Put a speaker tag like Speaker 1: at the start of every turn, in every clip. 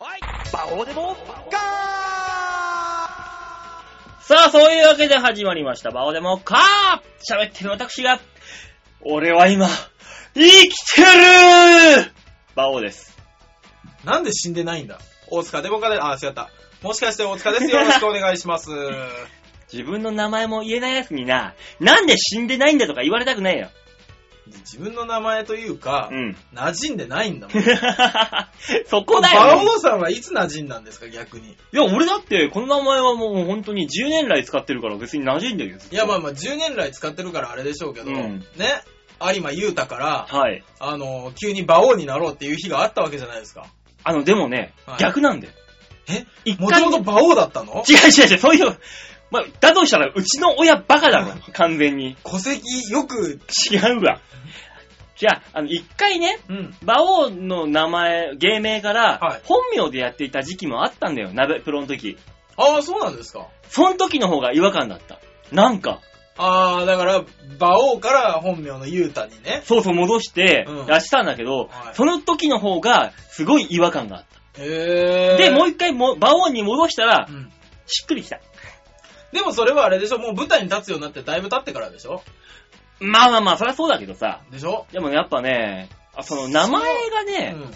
Speaker 1: バオデモガ
Speaker 2: さあ、そういうわけで始まりました。バオデモカー喋ってる私が、俺は今、生きてるバオです。
Speaker 3: なんで死んでないんだ大塚デモカで、あ、違った。もしかして大塚 です。よろしくお願いします。
Speaker 2: 自分の名前も言えないやつにな、なんで死んでないんだとか言われたくないよ。
Speaker 3: 自分の名前というか
Speaker 2: う、ん。
Speaker 3: 馴染んでないんだもん。
Speaker 2: そこだ
Speaker 3: バ
Speaker 2: よ、
Speaker 3: オドさんはいつ馴染んだんですか、逆に。
Speaker 2: いや、俺だって、この名前はもう本当に10年来使ってるから別に馴染んでるよ。ずっと
Speaker 3: いや、まあまあ、10年来使ってるからあれでしょうけど、
Speaker 2: うん
Speaker 3: ね、有馬優太から、
Speaker 2: はい。
Speaker 3: あの、急に馬王になろうっていう日があったわけじゃないですか。
Speaker 2: あの、でもね、
Speaker 3: はい
Speaker 2: 逆なんだよ。
Speaker 3: え
Speaker 2: 一
Speaker 3: もと
Speaker 2: 回
Speaker 3: もと馬王だったの
Speaker 2: 違う違う違う、そういう、まあ、だとしたら、うちの親バカだ ろ、完全に。
Speaker 3: 戸籍よく、
Speaker 2: 違うわ。じゃあ、あの、一回ね、
Speaker 3: うん。
Speaker 2: 馬王の名前、芸名から、
Speaker 3: はい
Speaker 2: 本名でやっていた時期もあったんだよ、鍋プロの時。
Speaker 3: ああ、そうなんですか。
Speaker 2: その時の方が違和感だった。なんか、
Speaker 3: ああ、だから、馬王から本名の優太にね。
Speaker 2: そうそう戻して
Speaker 3: うん、
Speaker 2: 出したんだけど、
Speaker 3: はい
Speaker 2: その時の方が、すごい違和感があった。
Speaker 3: へえ。
Speaker 2: で、もう一回も、馬王に戻したら
Speaker 3: う、ん。
Speaker 2: しっくりきた。
Speaker 3: でもそれはあれでしょもう舞台に立つようになってだいぶ経ってからでしょ
Speaker 2: まあまあまあ、そりゃそうだけどさ。
Speaker 3: でしょ
Speaker 2: でもね、やっぱね、あその名前が
Speaker 3: う
Speaker 2: ね、
Speaker 3: ん。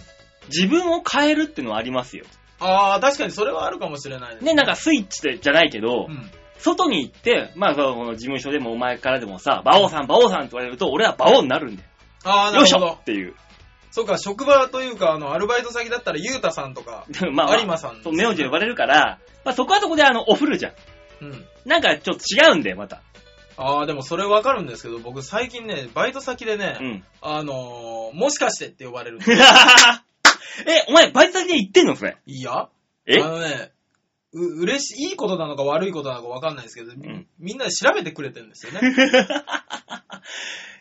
Speaker 2: 自分を変えるってのはありますよ。
Speaker 3: ああ、確かにそれはあるかもしれないです
Speaker 2: ね、なんか、スイッチでじゃないけど、
Speaker 3: うん。
Speaker 2: 外に行って、まあ、その事務所でもお前からでもさ、馬王さん、馬王さんって言われると、俺は馬王になるんだよ。
Speaker 3: ああ、
Speaker 2: よ
Speaker 3: な
Speaker 2: い
Speaker 3: る
Speaker 2: し
Speaker 3: ほ
Speaker 2: ょ
Speaker 3: ど
Speaker 2: っ。ていう。
Speaker 3: そうか、職場というか、あの、アルバイト先だったら、ゆうたさんとか、
Speaker 2: まあ、
Speaker 3: 有馬さん
Speaker 2: そう、名字で呼ばれるから、まあ、そこはそこで、あの、おふるじゃん。
Speaker 3: うん。
Speaker 2: なんか、ちょっと違うんだよ、また。
Speaker 3: ああ、でもそれわかるんですけど、僕最近ね、バイト先でね、
Speaker 2: うん。
Speaker 3: あのー、もしかしてって呼ばれる。
Speaker 2: え、お前、バイト先で行ってんのそれ。
Speaker 3: いや
Speaker 2: え
Speaker 3: あのね、う、嬉しい、いいことなのか悪いことなのかわかんないですけど、み
Speaker 2: ん
Speaker 3: みんなで調べてくれてるんですよね。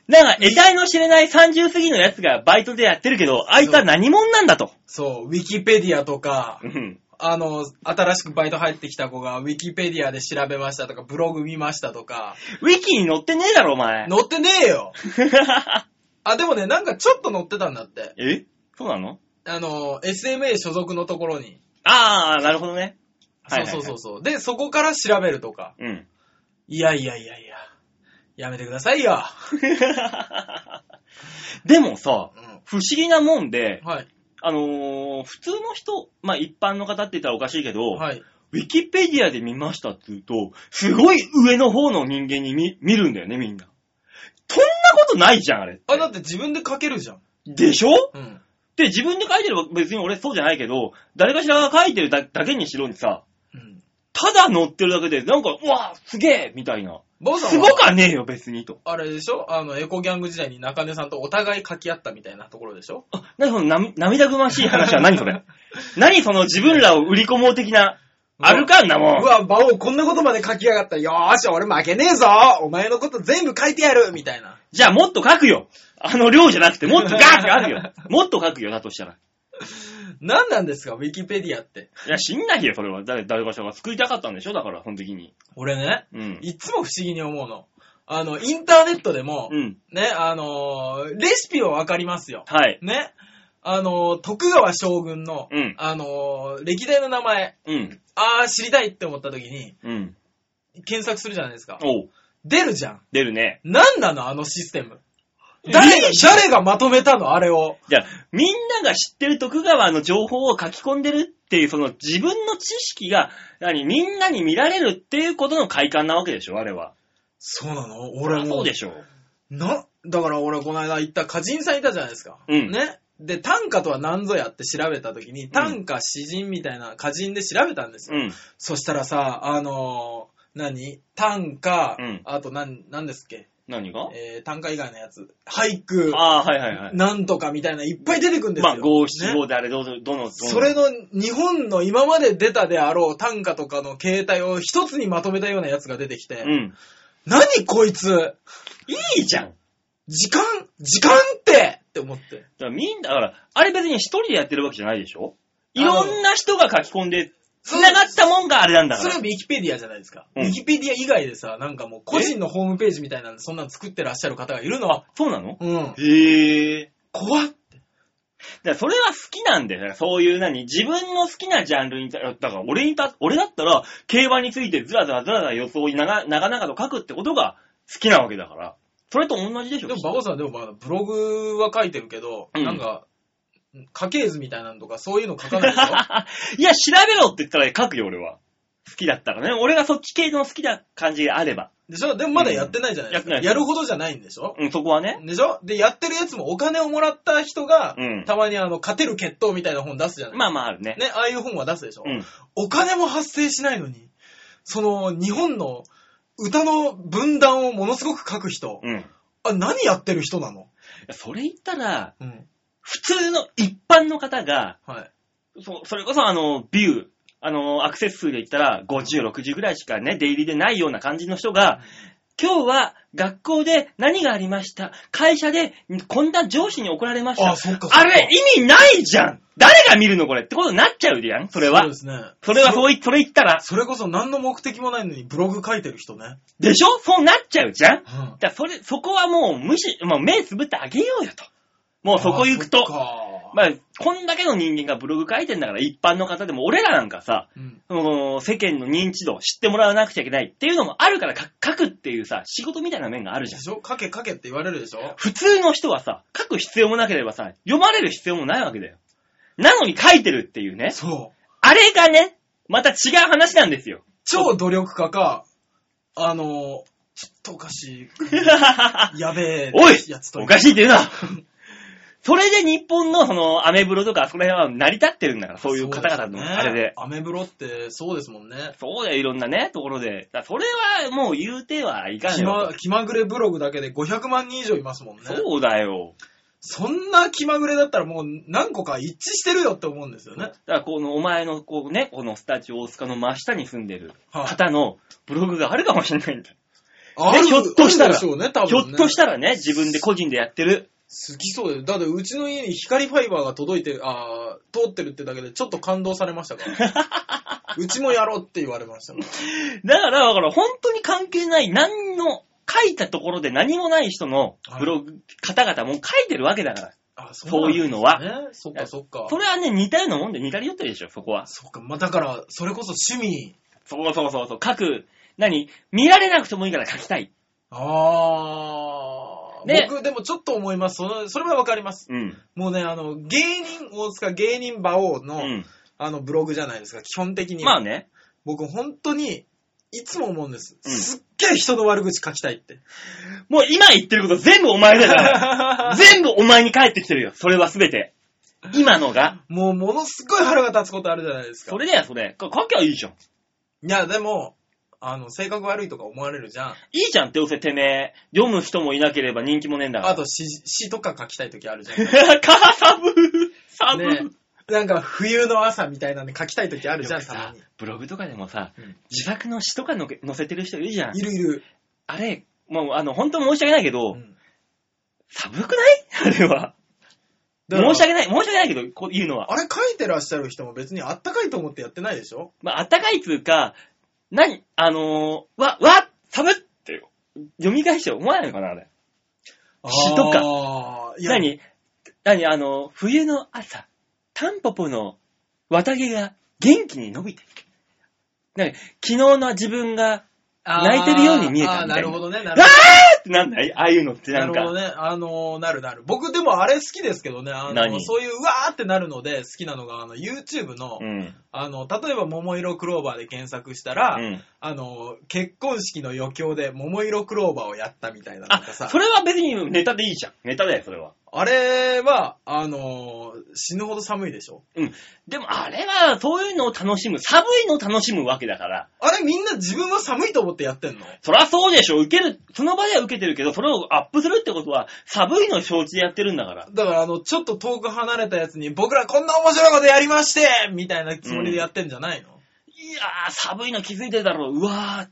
Speaker 2: なんか、得体の知れない30過ぎのやつがバイトでやってるけど、あいつは何者なんだと。
Speaker 3: そう、ウィキペディアとか
Speaker 2: う、ん。
Speaker 3: あの、新しくバイト入ってきた子が、ウィキペディアで調べましたとか、ブログ見ましたとか、
Speaker 2: ウィキに載ってねえだろ、お前。
Speaker 3: 載ってねえよあ、でもね、なんかちょっと載ってたんだ って。
Speaker 2: えそうなの
Speaker 3: あの、SMA 所属のところに。
Speaker 2: ああ、なるほどね。は
Speaker 3: そ
Speaker 2: いうはいはい
Speaker 3: そうそうそう。で、そこから調べるとか。
Speaker 2: うん。
Speaker 3: いやいやいやいや。やめてくださいよ。
Speaker 2: でもさ、
Speaker 3: うん。
Speaker 2: 不思議なもんで、
Speaker 3: はい。
Speaker 2: あのー普通の人、まあ一般の方って言ったらおかしいけど、
Speaker 3: はい。
Speaker 2: ウィキペディアで見ましたって言うと、すごい上の方の人間に見見るんだよね、みんな。そんなことないじゃん、あれ。
Speaker 3: あ、だって自分で書けるじゃん。
Speaker 2: でしょ
Speaker 3: うん。
Speaker 2: で、自分で書いてれば別に俺そうじゃないけど、誰かしらが書いてるだだけにしろにさ、
Speaker 3: うん。
Speaker 2: ただ載ってるだけで、なんか、うわすげえみたいな。
Speaker 3: 坊さ
Speaker 2: す
Speaker 3: ん
Speaker 2: ご
Speaker 3: は、
Speaker 2: かねえよ、別にと。
Speaker 3: あれでしょあの、エコギャング時代に中根さんとお互い書き合ったみたいなところでしょ
Speaker 2: あ、何その涙涙ぐましい話は何そ れ何その自分らを売り込もう的な、あるかんなもん
Speaker 3: う。わ、馬王こんなことまで書きやがった。よーし、俺負けねえぞお前のこと全部書いてやるみたいな。
Speaker 2: じゃあもっと書くよ。あの量じゃなくてもっとガーってあるよ。もっと書くよ、だとしたら。
Speaker 3: 何なんですか、ウィキペディアって。
Speaker 2: いや、死んないよ、それは。誰、誰かしらが救いたかったんでしょだから、その時に。
Speaker 3: 俺ね、
Speaker 2: うん。
Speaker 3: いつも不思議に思うの。あの、インターネットでも、
Speaker 2: うん。
Speaker 3: ね、あのーレシピはわかりますよ。
Speaker 2: はい。
Speaker 3: ね。あのー徳川将軍の、
Speaker 2: うん
Speaker 3: あのー歴代の名前、
Speaker 2: うん。
Speaker 3: あー、知りたいって思った時に、
Speaker 2: うん。
Speaker 3: 検索するじゃないですか。
Speaker 2: おう。
Speaker 3: 出るじゃん。
Speaker 2: 出るね。
Speaker 3: 何なのあのシステム。誰が
Speaker 2: いい、じゃん
Speaker 3: 誰がまとめたのあれを。
Speaker 2: じゃあ、みんなが知ってる徳川の情報を書き込んでるっていう、その自分の知識が、何、みんなに見られるっていうことの快感なわけでしょあれは。
Speaker 3: そうなの俺
Speaker 2: そ
Speaker 3: も
Speaker 2: う。でしょ
Speaker 3: な、だから俺この間行った歌人さんいたじゃないですか。
Speaker 2: うん
Speaker 3: ね。で、短歌とは何ぞやって調べた時に、短歌、詩人みたいな歌人で調べたんですよ。
Speaker 2: うん。
Speaker 3: そしたらさ、あのー何短歌、
Speaker 2: うん
Speaker 3: あと何、何ですっけ
Speaker 2: 何が
Speaker 3: えー、短歌以外のやつ。俳句、
Speaker 2: ああ、はいはいはい。
Speaker 3: なんとかみたいないっぱい出てくんですよ。
Speaker 2: まあ、五七
Speaker 3: ね
Speaker 2: 五であれ、どの、どの、どの。
Speaker 3: それの日本の今まで出たであろう短歌とかの形態を一つにまとめたようなやつが出てきて、
Speaker 2: うん。
Speaker 3: 何こいつ
Speaker 2: いいじゃん。だか
Speaker 3: 時間時間ってって思って。
Speaker 2: らみんな、だから、あれ別に一人でやってるわけじゃないでしょいろんな人が書き込んで、
Speaker 3: そ
Speaker 2: 繋がったもんがあれなんだか
Speaker 3: それ
Speaker 2: ら。
Speaker 3: はウィキペディアじゃないですか。
Speaker 2: うん
Speaker 3: ウィキペディア以外でさ、なんかもう個人のホームページみたいなんでそんなの作ってらっしゃる方がいるの。
Speaker 2: そうなの
Speaker 3: うん。
Speaker 2: へえ。
Speaker 3: 怖っ。
Speaker 2: だからそれは好きなんだよ。だからそういう何自分の好きなジャンルに、だから俺にた、俺だったら、競馬についてずらずらずらずら予想に長長々と書くってことが好きなわけだから。それと同じでしょ
Speaker 3: でも、バオさん、でもまあ、ブログは書いてるけど、
Speaker 2: うん
Speaker 3: なんか、家系図みたいなのとか、そういうの書かないでしょ
Speaker 2: いや、調べろって言ったら書くよ、俺は。好きだったらね。俺がそっち系の好きな感じがあれば。
Speaker 3: でしょでもまだやってないじゃないです
Speaker 2: う
Speaker 3: か。
Speaker 2: んやってないです
Speaker 3: やるほどじゃないんでしょ
Speaker 2: うん、そこはね。
Speaker 3: でしょで、やってるやつもお金をもらった人が、
Speaker 2: うん
Speaker 3: たまにあの、勝てる決闘みたいな本出すじゃない、
Speaker 2: まあまああるね。
Speaker 3: ね、ああいう本は出すでしょ、
Speaker 2: うん。
Speaker 3: お金も発生しないのに、その、日本の歌の分断をものすごく書く人、
Speaker 2: うん。
Speaker 3: あ、何やってる人なの
Speaker 2: それ言ったら、
Speaker 3: うん。
Speaker 2: 普通の一般の方が、
Speaker 3: はい。
Speaker 2: そそれこそあの、ビュー、あの、アクセス数で言ったら50、60ぐらいしかね、出入りでないような感じの人が、今日は学校で何がありました会社でこんな上司に怒られました
Speaker 3: あ、そっかそっか。
Speaker 2: あれ意味ないじゃん誰が見るのこれってことになっちゃうじゃんそれ
Speaker 3: そう
Speaker 2: は
Speaker 3: で。すね。
Speaker 2: それはそうい、それ言ったら。
Speaker 3: それこそ何の目的もないのにブログ書いてる人ね。
Speaker 2: でしょそうなっちゃうじゃん
Speaker 3: うん。
Speaker 2: だからそれ、そこはもう無視、もう目つぶってあげようよと。もうそこ行く
Speaker 3: あそっ
Speaker 2: と。
Speaker 3: か
Speaker 2: まあ、こんだけの人間がブログ書いてんだから、一般の方でも、俺らなんかさ、
Speaker 3: うん。
Speaker 2: その世間の認知度を知ってもらわなくちゃいけないっていうのもあるから、か書くっていうさ、仕事みたいな面があるじ
Speaker 3: で
Speaker 2: ゃん。
Speaker 3: しょ書け書けって言われるでしょ
Speaker 2: 普通の人はさ、書く必要もなければさ、読まれる必要もないわけだよ。なのに書いてるっていうね。
Speaker 3: そう。
Speaker 2: あれがね、また違う話なんですよ。
Speaker 3: 超努力家か、あの、ちょっとおかしい、やべえ、
Speaker 2: おい
Speaker 3: やつと
Speaker 2: おかしいって言うなそれで日本のそのアメブロとかあそこら辺は成り立ってるんだから、そういう方々の
Speaker 3: そうすね
Speaker 2: あれで。
Speaker 3: アメブロってそうですもんね。
Speaker 2: そうだよ、いろんなね、ところで。だからそれはもう言うてはいかん
Speaker 3: 気ま
Speaker 2: よ。
Speaker 3: 気まぐれブログだけで500万人以上いますもんね。
Speaker 2: そうだよ。
Speaker 3: そんな気まぐれだったらもう何個か一致してるよって思うんですよね。
Speaker 2: だからこのお前のこうね、このスタジオ大塚の真下に住んでる
Speaker 3: はい。
Speaker 2: 方のブログがあるかもしれないんだ。
Speaker 3: あ
Speaker 2: ね
Speaker 3: る
Speaker 2: ひょっとしたら
Speaker 3: あるでしょうね、多
Speaker 2: ひょ
Speaker 3: 分、ね。
Speaker 2: っとしたらね、自分で個人でやってる。
Speaker 3: 好きそうで。だってうちの家に光ファイバーが届いて、あー通ってるってだけでちょっと感動されましたから。 うちもやろうって言われましたもん。
Speaker 2: だから、だから本当に関係ない、何の、書いたところで何もない人のブログ、方々も書いてるわけだから。
Speaker 3: あそ
Speaker 2: そういうのは
Speaker 3: う。なんですね。そっかそっか
Speaker 2: そ。れはね、似たようなもんで、似たり寄ったりでしょ、そこは。
Speaker 3: そっか。まあだから、それこそ趣味。
Speaker 2: そうそうそうそう、書く、何見られなくてもいいから書きたい。
Speaker 3: あー。
Speaker 2: ね
Speaker 3: 僕でもちょっと思います。そのそれはわかります。
Speaker 2: うん。
Speaker 3: もうね、あの、芸人、大塚芸人馬王
Speaker 2: う
Speaker 3: の、
Speaker 2: ん。
Speaker 3: あの、ブログじゃないですか、基本的に。
Speaker 2: まあね。
Speaker 3: 僕、本当に、いつも思うんです。
Speaker 2: うん
Speaker 3: すっげえ人の悪口書きたい って。
Speaker 2: もう今言ってること全部お前だから。 全部お前に返ってきてるよ。それはすべて。今のが。
Speaker 3: もう、ものすごい腹が立つことあるじゃないですか
Speaker 2: そ。れだよ、それ。書きゃいいじゃん。
Speaker 3: いや、でも、あの、性格悪いとか思われるじゃん。
Speaker 2: いいじゃん、どうせてめえ。読む人もいなければ人気もねえんだか
Speaker 3: あ
Speaker 2: ら。
Speaker 3: と、詩、詩とか書きたい時あるじゃ
Speaker 2: か、サブサ
Speaker 3: ん。
Speaker 2: ブ、
Speaker 3: ねなんか、冬の朝みたいなんで書きたい時あるじゃ
Speaker 2: よ
Speaker 3: ん、
Speaker 2: く
Speaker 3: た
Speaker 2: さ
Speaker 3: まに。
Speaker 2: ブログとかでもさ、
Speaker 3: うん
Speaker 2: 自作の詩とかのけ載せてる人いるじゃん
Speaker 3: い。るいる。
Speaker 2: あれ、もう、あの、本当申し訳ないけど、
Speaker 3: うん
Speaker 2: 寒くないあれは。
Speaker 3: だから
Speaker 2: 申し訳ない、申し訳ないけど、こう言うのは。
Speaker 3: あれ書いてらっしゃる人も別にあったかいと思ってやってないでしょ
Speaker 2: まあ、あったかいつうか、何あのー、わ、わ、寒って読み返して思わないのかなあれ。詩とか
Speaker 3: か。いや
Speaker 2: 何何あのー、冬の朝、タンポポの綿毛が元気に伸びてる。なんか昨日の自分が、泣いてるように見えた
Speaker 3: あー
Speaker 2: みた
Speaker 3: ない
Speaker 2: な
Speaker 3: るほどね。な
Speaker 2: あ
Speaker 3: るほど
Speaker 2: ーってなんないああいうのって
Speaker 3: な
Speaker 2: な
Speaker 3: る
Speaker 2: んか。
Speaker 3: ほどね。あのーなるなる。僕でもあれ好きですけどね。あの
Speaker 2: 何
Speaker 3: そういううわーってなるので好きなのが、あの、YouTube の、
Speaker 2: うん。
Speaker 3: あの、例えば桃色クローバーで検索したら、
Speaker 2: うん。
Speaker 3: あの、結婚式の余興で桃色クローバーをやったみたいなの
Speaker 2: あ
Speaker 3: がさ、、あ
Speaker 2: それは別にネタでいいじゃん。ネタだよ、それは。
Speaker 3: れは、あのー死ぬほど寒いでしょ。
Speaker 2: うん。でも、あれは、そういうのを楽しむ、寒いのを楽しむわけだから。
Speaker 3: あれみんな自分は寒いと思ってやってんの
Speaker 2: そりゃそうでしょ。受ける、その場では受けてるけど、それをアップするってことは、寒いの承知でやってるんだから。
Speaker 3: だからあの、ちょっと遠く離れたやつに、僕らこんな面白いことやりましてみたいなつもりでやってんじゃないの、
Speaker 2: いやー、寒いの気づいてるだろう。うわ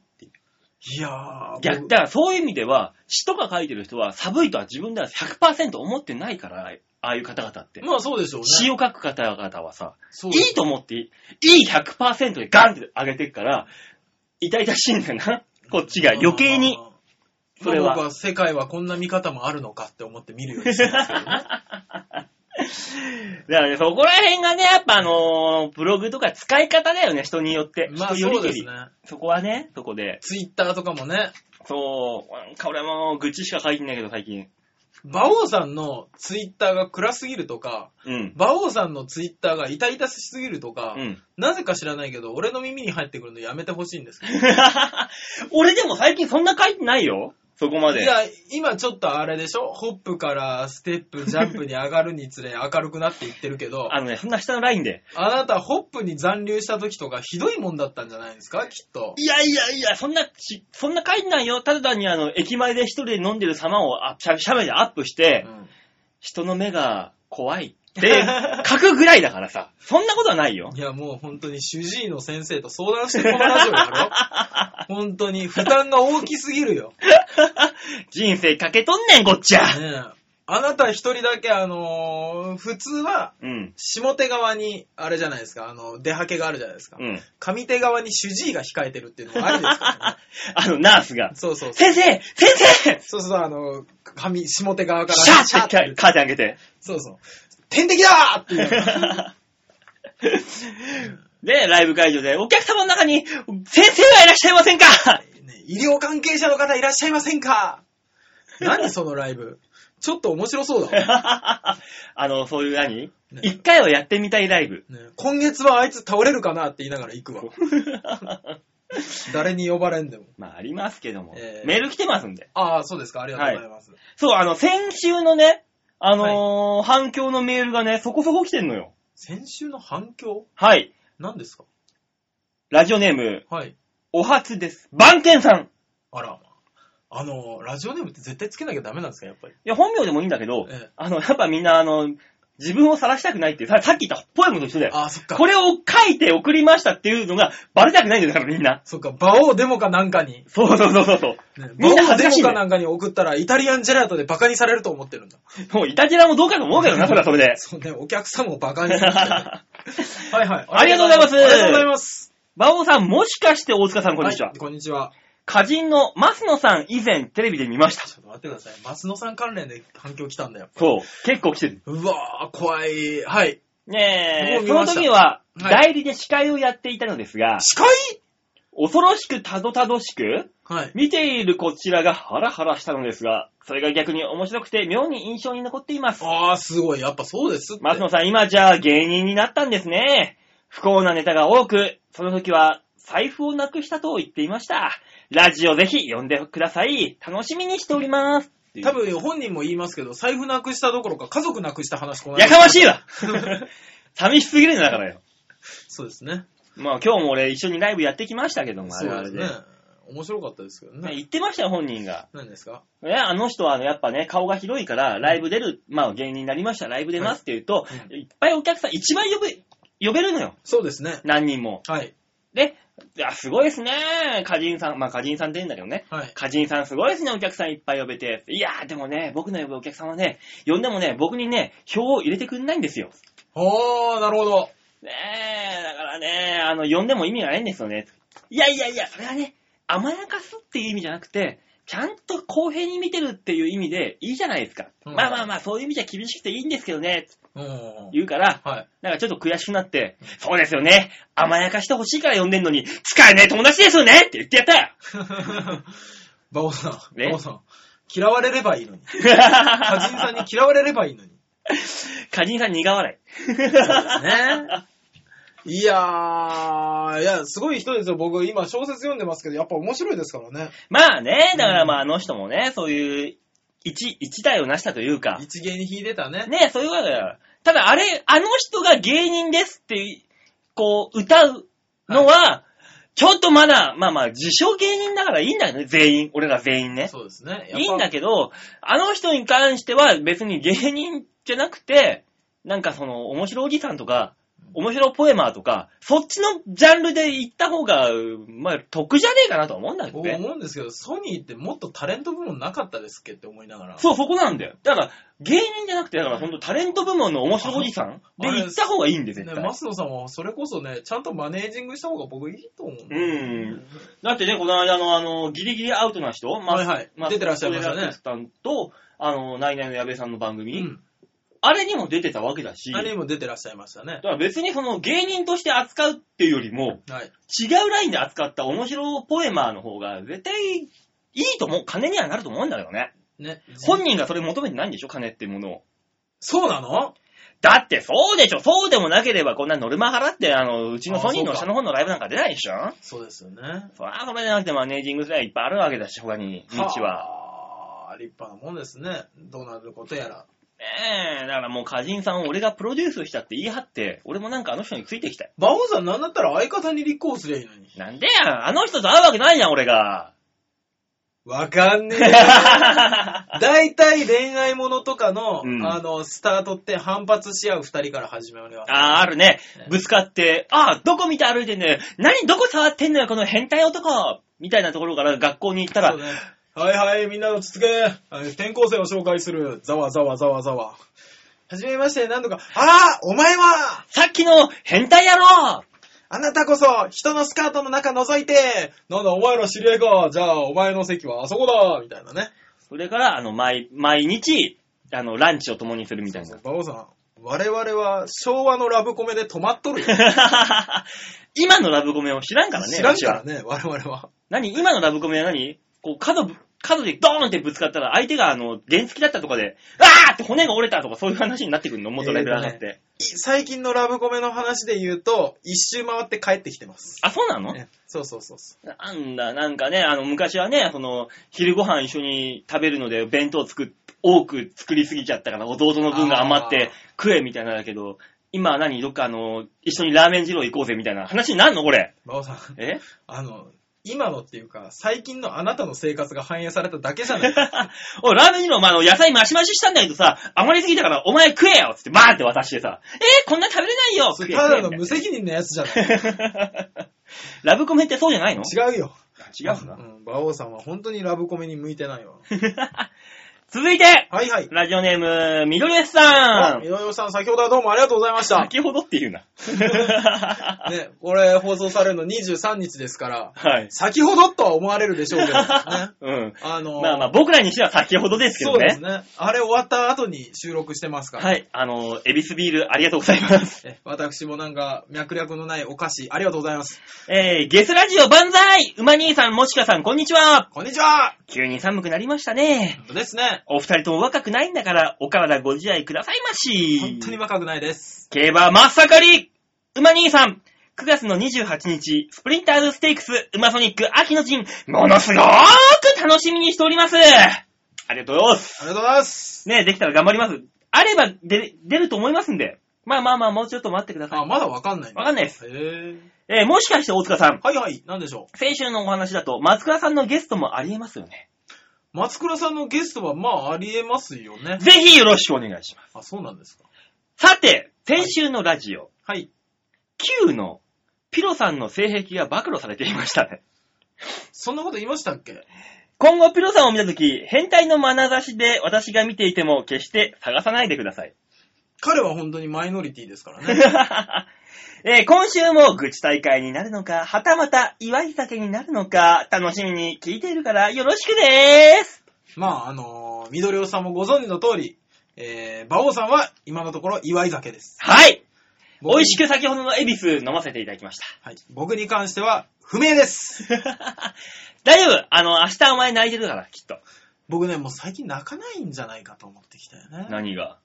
Speaker 3: いや
Speaker 2: ー。
Speaker 3: ー、
Speaker 2: 逆、
Speaker 3: 僕
Speaker 2: だからそういう意味では、詩とか書いてる人は、寒いとは自分では100%思ってないから、ああいう方々って。
Speaker 3: まあそうでしょうね。
Speaker 2: 詩を書く方々はさ、
Speaker 3: そうで
Speaker 2: い
Speaker 3: す
Speaker 2: いと思って、いい100%でガンって上げてくから、痛々しいんだな。こっちが余計に。
Speaker 3: まあ。
Speaker 2: それは
Speaker 3: 僕は世界はこんな見方もあるのかって思って見るようにしてますけどね。
Speaker 2: だからね、そこら辺がね、やっぱあのーブログとか使い方だよね、人によって。
Speaker 3: まあ
Speaker 2: 人よ
Speaker 3: そ
Speaker 2: り
Speaker 3: う
Speaker 2: け
Speaker 3: で
Speaker 2: り
Speaker 3: すね。
Speaker 2: そこはね、そこで。
Speaker 3: ツイッターとかもね、
Speaker 2: そう、なんか俺はもう愚痴しか書いてないけど、最近。
Speaker 3: 馬王さんのツイッターが暗すぎるとか、
Speaker 2: うん。
Speaker 3: 馬王さんのツイッターが痛々しすぎるとか、
Speaker 2: うん。
Speaker 3: なぜか知らないけど、俺の耳に入ってくるのやめてほしいんですけ
Speaker 2: 俺でも最近そんな書いてないよ。そこま
Speaker 3: ど。
Speaker 2: で。
Speaker 3: いや、今ちょっとあれでしょホップからステップ、ジャンプに上がるにつれ明るくなっていってるけど、
Speaker 2: あのね、そんな下のラインで。
Speaker 3: あなたホップに残留した時とかひどいもんだったんじゃないですかきっと。
Speaker 2: いやいやいや、そんな、しそんな書いてないよ。ただ単にあの、駅前で一人で飲んでる様をあしゃしゃべりアップして、
Speaker 3: うん
Speaker 2: 人の目が怖いって書くぐらいだからさ。そんなことはないよ。
Speaker 3: いや、もう本当に主治医の先生と相談してこのラジオや ろ本当に負担が大きすぎるよ。
Speaker 2: 人生かけとんねん、こっちゃ。
Speaker 3: ねえ。あなた一人だけ、あのー普通は、
Speaker 2: うん。
Speaker 3: 下手側に、あれじゃないですか、あの、出はけがあるじゃないですか。
Speaker 2: うん。
Speaker 3: 上手側に主治医が控えてるっていうのもありですか らね。
Speaker 2: あの、ナースが、
Speaker 3: そうそうそ
Speaker 2: 先
Speaker 3: う。
Speaker 2: 生先生
Speaker 3: そうそう、あの、上、下手側から、
Speaker 2: シャーって
Speaker 3: て
Speaker 2: カーテン開けて。
Speaker 3: そうそう。天敵だーっていうのが。
Speaker 2: で、ライブ会場で、お客様の中に、先生はいらっしゃいませんか
Speaker 3: ね医療関係者の方いらっしゃいませんか何そのライブ。ちょっと面白そうだわ。
Speaker 2: あの、そういう何
Speaker 3: ね
Speaker 2: 一回はやってみたいライブ。
Speaker 3: ね、今月はあいつ倒れるかなって言いながら行くわ。誰に呼ばれんでも。
Speaker 2: まあ、ありますけども
Speaker 3: え。ー
Speaker 2: メール来てますんで。
Speaker 3: ああ、そうですか。ありがとうございます。
Speaker 2: そう、あの、先週のね、あのー反響のメールがね、そこそこ来てんのよ。
Speaker 3: 先週の反響
Speaker 2: はい。
Speaker 3: 何ですか
Speaker 2: ラジオネーム、
Speaker 3: はい。
Speaker 2: お初です。番犬さん。
Speaker 3: あら。あの、ラジオネームって絶対つけなきゃダメなんですかやっぱり。
Speaker 2: いや、本名でもいいんだけど、
Speaker 3: ええ
Speaker 2: あの、やっぱみんな、あの、自分を晒したくないっていう、ささっき言ったポエムと一緒だよ。
Speaker 3: ああ、そっか
Speaker 2: こ。れを書いて送りましたっていうのが、バレたくないんだよ、だからみんな。
Speaker 3: そっか、馬王デモかなんかに。
Speaker 2: そうそうそうそうそう。
Speaker 3: ね
Speaker 2: みんな恥ず
Speaker 3: デ
Speaker 2: かしい
Speaker 3: モ
Speaker 2: んだ
Speaker 3: か
Speaker 2: よ
Speaker 3: なんかに送ったら、イタリアンジェラートでバカにされると思ってるんだ。
Speaker 2: もう、いたじらもどうかと思うけどな、それはそれで。
Speaker 3: そうね、お客さんもバカにするん だよ。はいはい。
Speaker 2: ありがとうございます
Speaker 3: ありがとうございます。
Speaker 2: 馬王さん、もしかして大塚さん、こんにちは。
Speaker 3: いこんにちは。
Speaker 2: 歌人の増野さん、以前テレビで見ました。
Speaker 3: ちょっと待ってください。松野さん関連で反響来たんだよ。
Speaker 2: そう。結構来てる。
Speaker 3: うわー、怖い。はい。
Speaker 2: ねえ、そ
Speaker 3: 僕も見
Speaker 2: の
Speaker 3: ました
Speaker 2: 時は、
Speaker 3: はい
Speaker 2: 代理で司会をやっていたのですが、
Speaker 3: 司会
Speaker 2: 恐ろしくたどたどしく、
Speaker 3: はい。
Speaker 2: 見ているこちらがハラハラしたのですが、それが逆に面白くて妙に印象に残っています。
Speaker 3: あー、すごい。やっぱそうですって。
Speaker 2: 松野さん、今じゃあ芸人になったんですね。不幸なネタが多く、その時は財布をなくしたと言っていました。ラジオぜひ読んでください。楽しみにしております。
Speaker 3: 多分本人も言いますけど、財布なくしたどころか家族なくした話この間
Speaker 2: やかましいわ 寂しすぎるんだからよ。
Speaker 3: そうですね。
Speaker 2: まあ今日も俺一緒にライブやってきましたけども、あ
Speaker 3: そ
Speaker 2: れ
Speaker 3: う
Speaker 2: はあ
Speaker 3: で
Speaker 2: れ
Speaker 3: す
Speaker 2: で。
Speaker 3: ね。面白かったですけど
Speaker 2: ね
Speaker 3: ね。
Speaker 2: 言ってましたよ、本人が。
Speaker 3: 何ですか
Speaker 2: ね、あの人はあのやっぱね、顔が広いから、ライブ出る、まあ芸人になりました、ライブ出ますって言うと、い、っぱいお客さん、一番呼ぶ、呼べるのよ。
Speaker 3: そうですね。
Speaker 2: 何人も。
Speaker 3: はい。
Speaker 2: で、いや、すごいですね、歌人さん。まあ歌人さんって言うんだけどね。
Speaker 3: はい。
Speaker 2: 歌人さんすごいですね、お客さんいっぱい呼べて。いやー、でもね、僕の呼ぶお客さんはね、呼んでもね、僕にね、票を入れてくんないんですよ。
Speaker 3: おー、なるほど。
Speaker 2: ねえ、だからね、あの、呼んでも意味がないんですよね。いやいやいや、それはね、甘やかすっていう意味じゃなくて、ちゃんと公平に見てるっていう意味でいいじゃないですか。
Speaker 3: うん
Speaker 2: まあまあまあ、そういう意味じゃ厳しくていいんですけどね、
Speaker 3: うん。
Speaker 2: 言うから、
Speaker 3: はい。
Speaker 2: なんかちょっと悔しくなって、そうですよね、甘やかしてほしいから呼んでんのに、使えない友達ですよねって言ってやったよ
Speaker 3: バオさん、
Speaker 2: ね
Speaker 3: バオさん、嫌われればいいのに。歌人さんに嫌われればいいのに。
Speaker 2: カジンさん苦笑
Speaker 3: そうですね。いやー、いや、すごい人ですよ。僕、今、小説読んでますけど、やっぱ面白いですからね。
Speaker 2: い。 まあね、だからまああ
Speaker 3: う
Speaker 2: の人もね、そういう一、一台を成したというか、
Speaker 3: 一芸に引いてたね。
Speaker 2: ねそういうことだよ。ただ、あれ、あの人が芸人ですって、こう、歌うのは、ちょっとまだ、まあまあ、自称芸人だからいいんだけどね、全員。俺ら全員ね。
Speaker 3: そうですね。
Speaker 2: いいんだ
Speaker 3: け
Speaker 2: けど、あの人に関しては別に芸人じゃなくて、なんかその、面白おじさんとか、面白ポエマーとか、そっちのジャンルで行った方が、まあ、得じゃねえかなとは思うんだけど
Speaker 3: 僕
Speaker 2: ね。
Speaker 3: 思うんですけど、ソニーってもっとタレント部門なかったですっけって思いながら。
Speaker 2: そう、そこなんだよ。だから、芸人じゃなくて、だから本当タレント部門の面白おじさんで
Speaker 3: あれ
Speaker 2: 行った方がいいんで、
Speaker 3: ね
Speaker 2: 絶対。
Speaker 3: マスノさんはそれこそね、ちゃんとマネージングした方が僕いいと思う。
Speaker 2: うん。だってね、この間の、あの、ギリギリアウトな人、ま
Speaker 3: はいはい出てらっしゃいましたね
Speaker 2: さんと、あの、ナイナイの矢部さんの番
Speaker 3: う
Speaker 2: 組、
Speaker 3: ん。
Speaker 2: あれにも出てたわけだし、
Speaker 3: あれにも出てらっしゃいましたね
Speaker 2: だ。から別にその芸人として扱うっていうよりも、
Speaker 3: はい。
Speaker 2: 違うラインで扱った面白ポエマーの方が絶対いいと思う、金にはなると思うんだけどね。
Speaker 3: ね。
Speaker 2: 本人がそれ求めてないんでしょ、金ってものを。
Speaker 3: そうなの
Speaker 2: だってそうでしょ、そうでもなければこんなノルマ払って、あの、うちのソニーの
Speaker 3: あそうか
Speaker 2: 下の方のライブなんか出ないでしょ
Speaker 3: そうですよね。
Speaker 2: そら、それじゃなくてマネージングすりゃいっぱいあるわけだし、他に、道は。
Speaker 3: はあ。立派なもんですね。どうなることやら。
Speaker 2: ねえ、だからもう歌人さんを俺がプロデュースしたって言い張って、俺もなんかあの人についてきたよ。
Speaker 3: 馬王さんなんだったら相方に立候補すりゃいいのに。
Speaker 2: なんでや、あの人と会うわけないじゃん、俺 が。
Speaker 3: わかんねえ。 大体恋愛ものとかの、
Speaker 2: うん
Speaker 3: あの、スタートって反発し合う二人から始まります。
Speaker 2: ああ、あるね。ぶつかって、ああ、どこ見て歩いてんだよ。何、どこ触ってんのよ、この変態男みたいなところから学校に行った
Speaker 3: そ
Speaker 2: ら
Speaker 3: う、ねはいはい、みんなの続け。あの転校生を紹介する。ざわざわざわざわ。はじめまして、何度か。ああお前は
Speaker 2: さっきの変態野郎
Speaker 3: あなたこそ、人のスカートの中覗いてなんだ、お前ら知り合いかじゃあ、お前の席はあそこだみたいなね。
Speaker 2: それから、あの、毎、毎日、あの、ランチを共にするみたいな。
Speaker 3: 馬王さん、我々は昭和のラブコメで止まっとるよ。
Speaker 2: 今のラブコメを知らんからね、
Speaker 3: 知
Speaker 2: う
Speaker 3: らんから
Speaker 2: ちは
Speaker 3: ね、我々は。
Speaker 2: 何今のラブコメは何こう、角ぶ、角でドーンってぶつかったら、相手が、あの、原付きだったとかで、あーって骨が折れたとか、そういう話になってくるの、元レベル上がっ
Speaker 3: えー
Speaker 2: て。
Speaker 3: い最近のラブコメの話で言うと、一周回って帰ってきてます。
Speaker 2: あ、そうなの
Speaker 3: ねそうそうそうそ
Speaker 2: なんだ、なんかね、あの、昔はね、その、昼ご飯一緒に食べるので、弁当作っ、多く作りすぎちゃったから、弟の分が余って食えみたいなんだけど、今は何どっかあの、一緒にラーメン二郎行こうぜみたいな話になんのこれ。
Speaker 3: う。馬王さん、
Speaker 2: え
Speaker 3: あの、今のっていうか、最近のあなたの生活が反映されただけじゃ ない
Speaker 2: おいラーメン二郎、まあ、あの、野菜マシマシしたんだけどさ、余りすぎたから、お前食えよつって、バーンって渡してさ、えー、こんな食べれないよ
Speaker 3: そ
Speaker 2: 食
Speaker 3: れ
Speaker 2: え
Speaker 3: ただ
Speaker 2: 食
Speaker 3: の
Speaker 2: え
Speaker 3: 無責任なやつじゃない。
Speaker 2: ラブコメってそうじゃないの
Speaker 3: 違うよ。
Speaker 2: 違うな。
Speaker 3: ん。馬王さんは本当にラブコメに向いてな いわ。
Speaker 2: 続いて、
Speaker 3: はいはい。
Speaker 2: ラジオネーム、緑吉
Speaker 3: あ
Speaker 2: さ、
Speaker 3: 井
Speaker 2: ん。
Speaker 3: 上さん、先ほどはどうもありがとうござい ました。
Speaker 2: 先ほどって言う な。
Speaker 3: ね、これ放送されるの23日ですから、
Speaker 2: はい。
Speaker 3: 先ほどとは思われるでしょうけ ど、ね。あ
Speaker 2: うん。
Speaker 3: の、
Speaker 2: まあまあ、僕らにしては先ほどですけ
Speaker 3: そ
Speaker 2: ど
Speaker 3: うです
Speaker 2: ね。
Speaker 3: ね。あれ終わった後に収録してますから。
Speaker 2: はい。あの、エビスビールありがとうございます。
Speaker 3: え私もなんか脈略のないお菓子、ありがとうございます。
Speaker 2: えー、ゲスラジオ万歳馬兄さん、もしかさん、こんにちは
Speaker 3: こんにちは
Speaker 2: 急に寒くなりましたね。
Speaker 3: 本当ですね。
Speaker 2: お二人とも若くないんだから、お体ご自愛くださいまし。
Speaker 3: 本当に若くないです。
Speaker 2: 競馬真っ盛り馬兄さん !9 月の28日、スプリンターズステークス、馬ソニック、秋の陣、ものすごーく楽しみにしておりますありがとうございます
Speaker 3: ありがとうございます。
Speaker 2: ね、できたら頑張ります。あれば出、出ると思いますんで。まあまあまあ、もうちょっと待ってください。
Speaker 3: あ、
Speaker 2: わ
Speaker 3: まだわかんないんだ
Speaker 2: かんないです。
Speaker 3: へえ。
Speaker 2: えーもしかして大塚さん、
Speaker 3: はいはい、なんでしょ
Speaker 2: 先週のお話だと、松倉さんのゲストもありえますよね。
Speaker 3: う。松倉さんのゲストはまあありえますよね。
Speaker 2: ぜひよろしくお願いしま
Speaker 3: あ、そうなんですか。
Speaker 2: す。さて、先週のラジオ、
Speaker 3: はい。
Speaker 2: Q のピロさんの性癖が暴露されていましたね。
Speaker 3: そんなこと言いましたっけ
Speaker 2: 今後ピロさんを見たとき、変態の眼差しで私が見ていても決して探さないでください。
Speaker 3: 彼は本当にマイノリティですからね。
Speaker 2: えー今週も愚痴大会になるのか、はたまた祝い酒になるのか、楽しみに聞いているからよろしくでーす。
Speaker 3: まあ、あのー、緑尾さんもご存知の通り、えー、馬王さんは今のところ祝い酒です。
Speaker 2: はい。
Speaker 3: 僕
Speaker 2: 美味しく先ほどのエビス飲ませていただ きまし
Speaker 3: はい。僕に関しては不明です。
Speaker 2: た。大丈夫。あの、明日お前泣いてるから、きっと。
Speaker 3: 僕ね、もう最近泣かないんじゃないかと思ってきたよね。
Speaker 2: 何が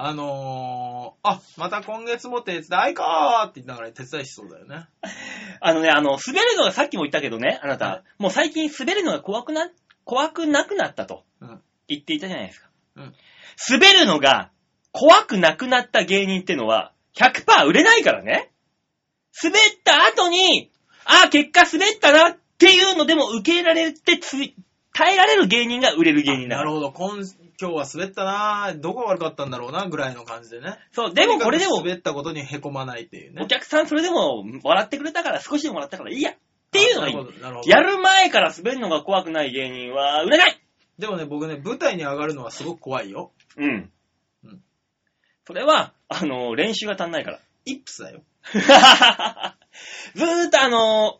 Speaker 3: あのー、あ、また今月も手伝いかーって言いながら手伝いしそうだよね。
Speaker 2: あのね、あの、滑るのがさっきも言ったけどね、あなた、
Speaker 3: はい
Speaker 2: もう最近滑るのが怖くな、怖くなくなったと
Speaker 3: うん
Speaker 2: 言っていたじゃないですか。
Speaker 3: うん
Speaker 2: 滑るのが怖くなくなった芸人ってのは100%売れないからね。滑った後に、ああ、結果滑ったなっていうのでも受け入れられてつい、耐えられる芸人が売れる芸人だ
Speaker 3: な
Speaker 2: から
Speaker 3: るほど。今、今日は滑ったなーどこが悪かったんだろうなぐらいの感じでね。
Speaker 2: そう、でもこれで
Speaker 3: とにかく
Speaker 2: も、
Speaker 3: 滑ったことに凹まないっていうね
Speaker 2: お。客さんそれでも笑ってくれたから少しでも笑ったからいいやっていうのがいい
Speaker 3: なる。ほど、なるほど。
Speaker 2: やる前から滑るのが怖くない芸人は売れない
Speaker 3: でもね、僕ね、舞台に上がるのはすごく怖いよ。
Speaker 2: うん
Speaker 3: うん。
Speaker 2: それは、あの、練習が足んない から。
Speaker 3: イップスだよ。
Speaker 2: ずーっとあの、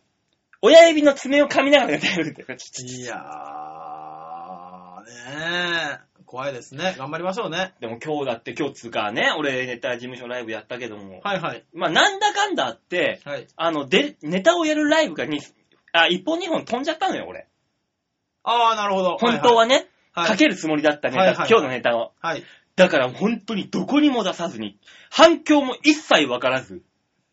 Speaker 2: 親指の爪を噛みながらやってるんだよ。
Speaker 3: いやー、ねえ。怖いですね。頑張りましょうね。
Speaker 2: でも今日だって今日つうかね、俺ネタ事務所ライブやったけども、
Speaker 3: はいはい。
Speaker 2: まあなんだかんだあって、
Speaker 3: はい。
Speaker 2: あの、で、ネタをやるライブがにあ、1本2本飛んじゃったのよ、俺。
Speaker 3: ああ、なるほど。
Speaker 2: 本当はね、
Speaker 3: はいはい、
Speaker 2: かけるつもりだったネタ、
Speaker 3: はいはい
Speaker 2: 今日のネタを。
Speaker 3: はい。
Speaker 2: だから本当にどこにも出さずに、反響も一切わからず、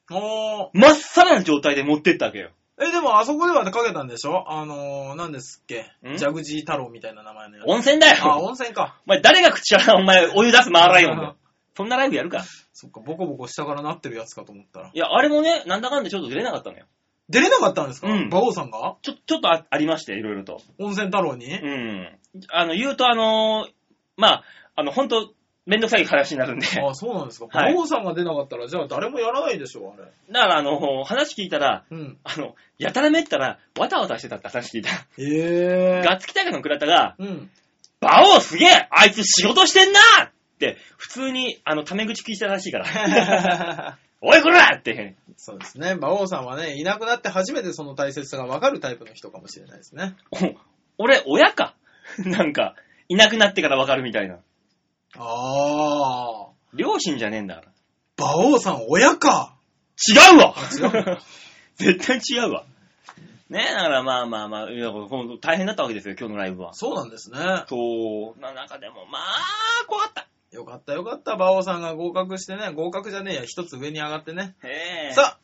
Speaker 3: おー。
Speaker 2: まっさらな状態で持ってったわけよ。
Speaker 3: え、でもあそこではかけたんでしょあのー、何ですっけ
Speaker 2: ん
Speaker 3: ジャグジー太郎みたいな名前のやつ。
Speaker 2: 温泉だ
Speaker 3: あ、
Speaker 2: よ。
Speaker 3: 温泉か。
Speaker 2: お前誰が口からお前お湯出す回らんよ、お前。 そんなライブやるか。
Speaker 3: そっか、ボコボコ下からなってるやつかと思ったら。
Speaker 2: いや、あれもね、なんだかんだちょっと出れなかったのよ。
Speaker 3: 出れなかったんです
Speaker 2: う
Speaker 3: か、
Speaker 2: ん
Speaker 3: 馬王さんが
Speaker 2: ちょ、ちょっとあありまして、いろいろと。
Speaker 3: 温泉太郎に、
Speaker 2: うん。あの、言うと、あのーまあ、あの、本当めんどくさい話にな るんで。
Speaker 3: あそうなんですか。
Speaker 2: はい
Speaker 3: 馬王さんが出なかったら、じゃあ誰もやらないでしょ、あれ。
Speaker 2: だから、あの、話聞いたら、
Speaker 3: うん。
Speaker 2: あの、やたらめったら、わたわたしてたって話聞いた。
Speaker 3: ええ
Speaker 2: ガッツキタケの倉田が、
Speaker 3: うん。
Speaker 2: バオすげえあいつ仕事してんなって、普通に、あの、タメ口聞いたらしい から。おい、こらって。
Speaker 3: そうですね。馬王さんはね、いなくなって初めてその大切さが分かるタイプの人かもしれないですね。
Speaker 2: お俺、親か。 なんか、いなくなってからわかるみたいな。
Speaker 3: ああ。
Speaker 2: 両親じゃねえんだから。
Speaker 3: 馬王さん、親か
Speaker 2: 違うわ
Speaker 3: あ違う
Speaker 2: 絶対違うわ。ねえ、だからまあまあまあ、いやほんと大変だったわけですよ、今日のライブは。
Speaker 3: そうなんですね。
Speaker 2: そう、な中でも、まあ、怖かった。
Speaker 3: よかったよかった。馬王さんが合格してね、合格じゃねえや、一つ上に上がってね。
Speaker 2: へえ。さ
Speaker 3: さ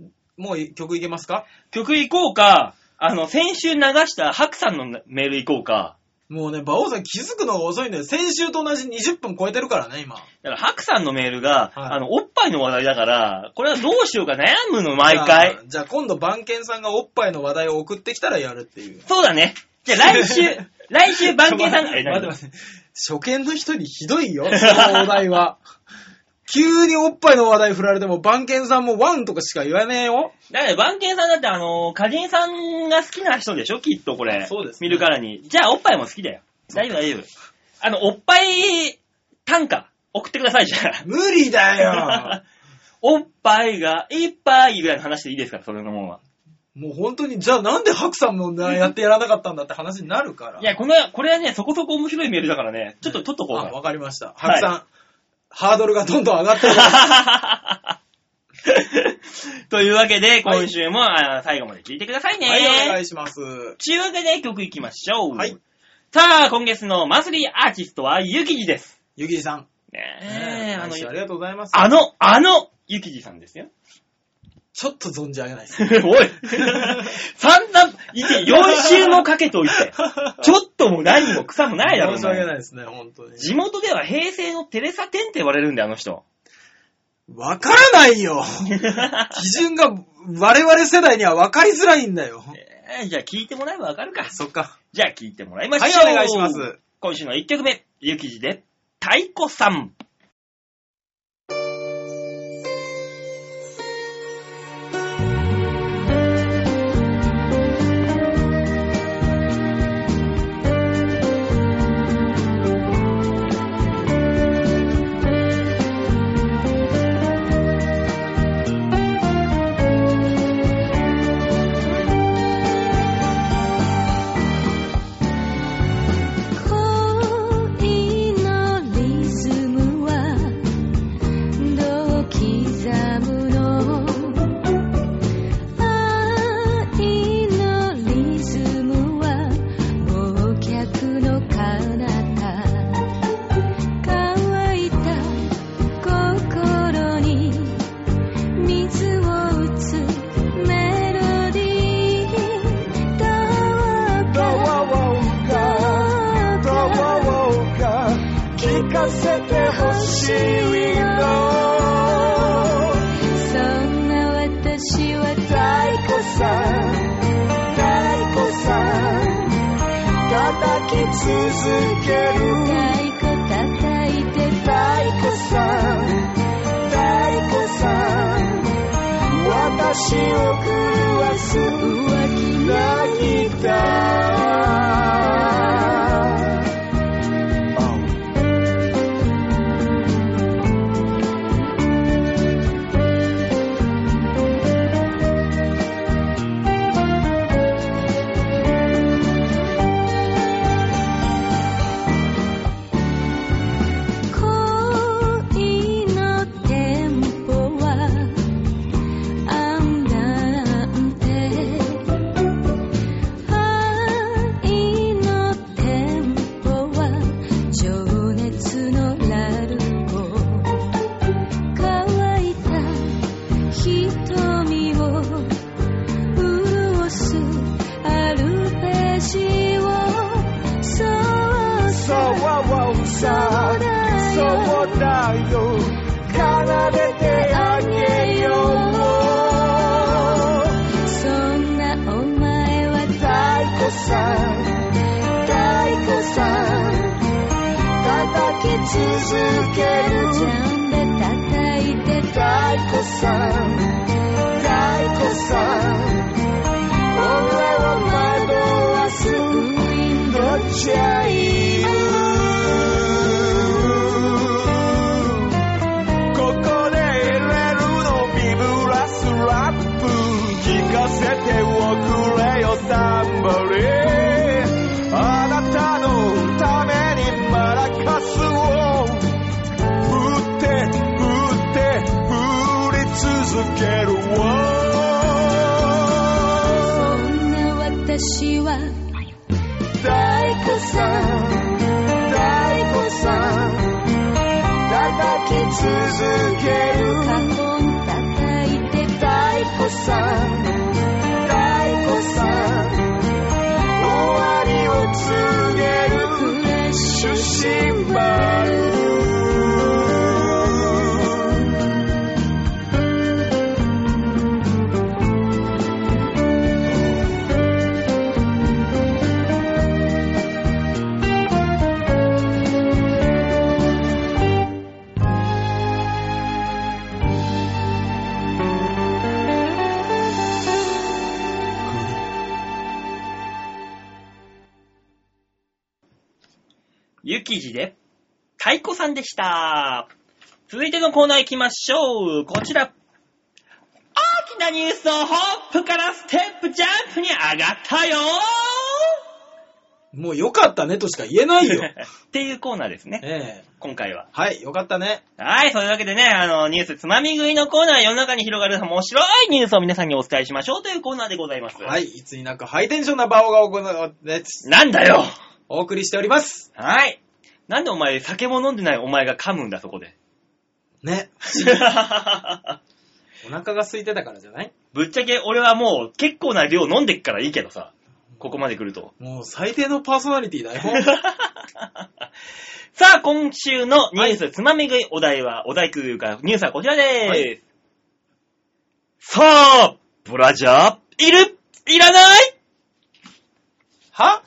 Speaker 3: あ、もうい曲いけますか
Speaker 2: 曲行こうか、あの、先週流したハクさんのメール行こうか。
Speaker 3: もうね、馬王さん気づくのが遅いんだよ。先週と同じ20分超えてるからね、今。
Speaker 2: だから、ハクさんのメールが、
Speaker 3: はい
Speaker 2: あの、おっぱいの話題だから、これはどうしようか悩むの、毎回
Speaker 3: じゃ。あ。じゃあ今度番犬さんがおっぱいの話題を送ってきたらやるっていう。
Speaker 2: そうだね。じゃあ、来 週、来週、 番犬さんが、え、
Speaker 3: 待って
Speaker 2: 何
Speaker 3: 待って。初見の人にひどいよ、そのお題は。 急におっぱいの話題振られても、番犬さんもワンとかしか言わねえよ。
Speaker 2: だから、番犬さんだって、あの、歌人さんが好きな人でしょきっとこれ。
Speaker 3: そうですね
Speaker 2: 見るからに。じゃあ、おっぱいも好きだよ。大丈夫、大丈夫。あの、おっぱい短歌、送ってください、じゃあ。
Speaker 3: 無理 だよ。
Speaker 2: おっぱいがいっぱいぐらいの話でいいですから、それのもんは。
Speaker 3: もう本当に、じゃあなんで白さんのやってやらなかったんだって話になるから。
Speaker 2: いや、この、これはね、そこそこ面白いメールだからね、ちょっと取っとこうか。
Speaker 3: あ、わかりました。白さん、ハードルがどんどん上がってる。
Speaker 2: というわけで、今週も、あー最後まで聞いてくださいね。
Speaker 3: はい、お願いします。
Speaker 2: というわけで、曲いきましょう。
Speaker 3: はい
Speaker 2: さあ、今月のマンスリーアーティストは、ゆきじです。
Speaker 3: ゆきじさん。
Speaker 2: ねえ、あ
Speaker 3: 毎
Speaker 2: の、
Speaker 3: 週ありがとうございます。
Speaker 2: あの、あの、ゆきじさんですよ。
Speaker 3: ちょっと存じ上げないです。
Speaker 2: おい 散々、いて、4週もかけとい て。ちょっとも何も草もないだろ、お
Speaker 3: 申し訳
Speaker 2: 前
Speaker 3: ないですね、本当に。
Speaker 2: 地元では平成のテレサテンって言われるんだよ、あの 人。
Speaker 3: わからないよ基準が我々世代には分かりづらいんだよ。
Speaker 2: えーじゃあ聞いてもらえばわかるか。
Speaker 3: そっか。
Speaker 2: じゃあ聞いてもらいましょ
Speaker 3: は
Speaker 2: う。
Speaker 3: い、お願いします。。
Speaker 2: 今週の1曲目、ゆきじで、太鼓さん。
Speaker 4: 恋のリズムはどう刻むの愛のリズムは忘却の彼方乾いた心に水を打つメロディーどうかどうか聞かせてほしいのそんな私は太鼓さん太鼓さん叩き続ける太鼓叩いて太鼓さん太鼓さん私を狂わす浮気なギターそうだよ
Speaker 5: そうだよ
Speaker 4: 奏でてあげようそんなお前は太鼓さん太鼓さん叩き続けるジャンベ叩いて太鼓さん太鼓さん俺
Speaker 5: Oh,
Speaker 4: を惑わすウィンドチャイル
Speaker 5: ここで入れるのビブラスラップ聞かせておくれよサンバリあなたのためにマラカスを振って振って振り続ける
Speaker 4: そ
Speaker 5: わ
Speaker 4: んな私は
Speaker 5: 太鼓さん太鼓さん叩き続ける
Speaker 4: カゴン叩いて太鼓さん
Speaker 5: 太鼓さん終わりを告げる
Speaker 4: フレッシュシンバ
Speaker 5: バ
Speaker 4: ル
Speaker 5: ル
Speaker 2: ゆきじで、太鼓さんでした。続いてのコーナー行きましょう。こちら。大きなニュースをホップからステップジャンプに上がったよ
Speaker 5: もう良かったねとしか言えな いよ。
Speaker 2: っていうコーナーですね。
Speaker 5: ええ
Speaker 2: 今回は。
Speaker 5: はい、良かったね。
Speaker 2: はい、そういうわけでね、あの、ニュースつまみ食いのコーナー、世の中に広がる面白いニュースを皆さんにお伝えしましょうというコーナーでございます。。
Speaker 5: はいい、いつになくハイテンションな場をが行われ
Speaker 2: なんだよ
Speaker 5: お送りしております。
Speaker 2: はい。なんでお前、酒も飲んでないお前が噛むんだ、そこ で。
Speaker 5: ね。お腹が空いてたからじゃない
Speaker 2: ぶっちゃけ俺はもう結構な量飲んでっからいいけどさ、ここまで来ると。
Speaker 5: もう最低のパーソナリティだよ。
Speaker 2: さあ、今週のニュース、つまみ食いお題は、お題というか、ニュースはこちらでーす。
Speaker 5: は
Speaker 2: さ
Speaker 5: い
Speaker 2: あ、ブラジャー、いるいらないっ
Speaker 5: は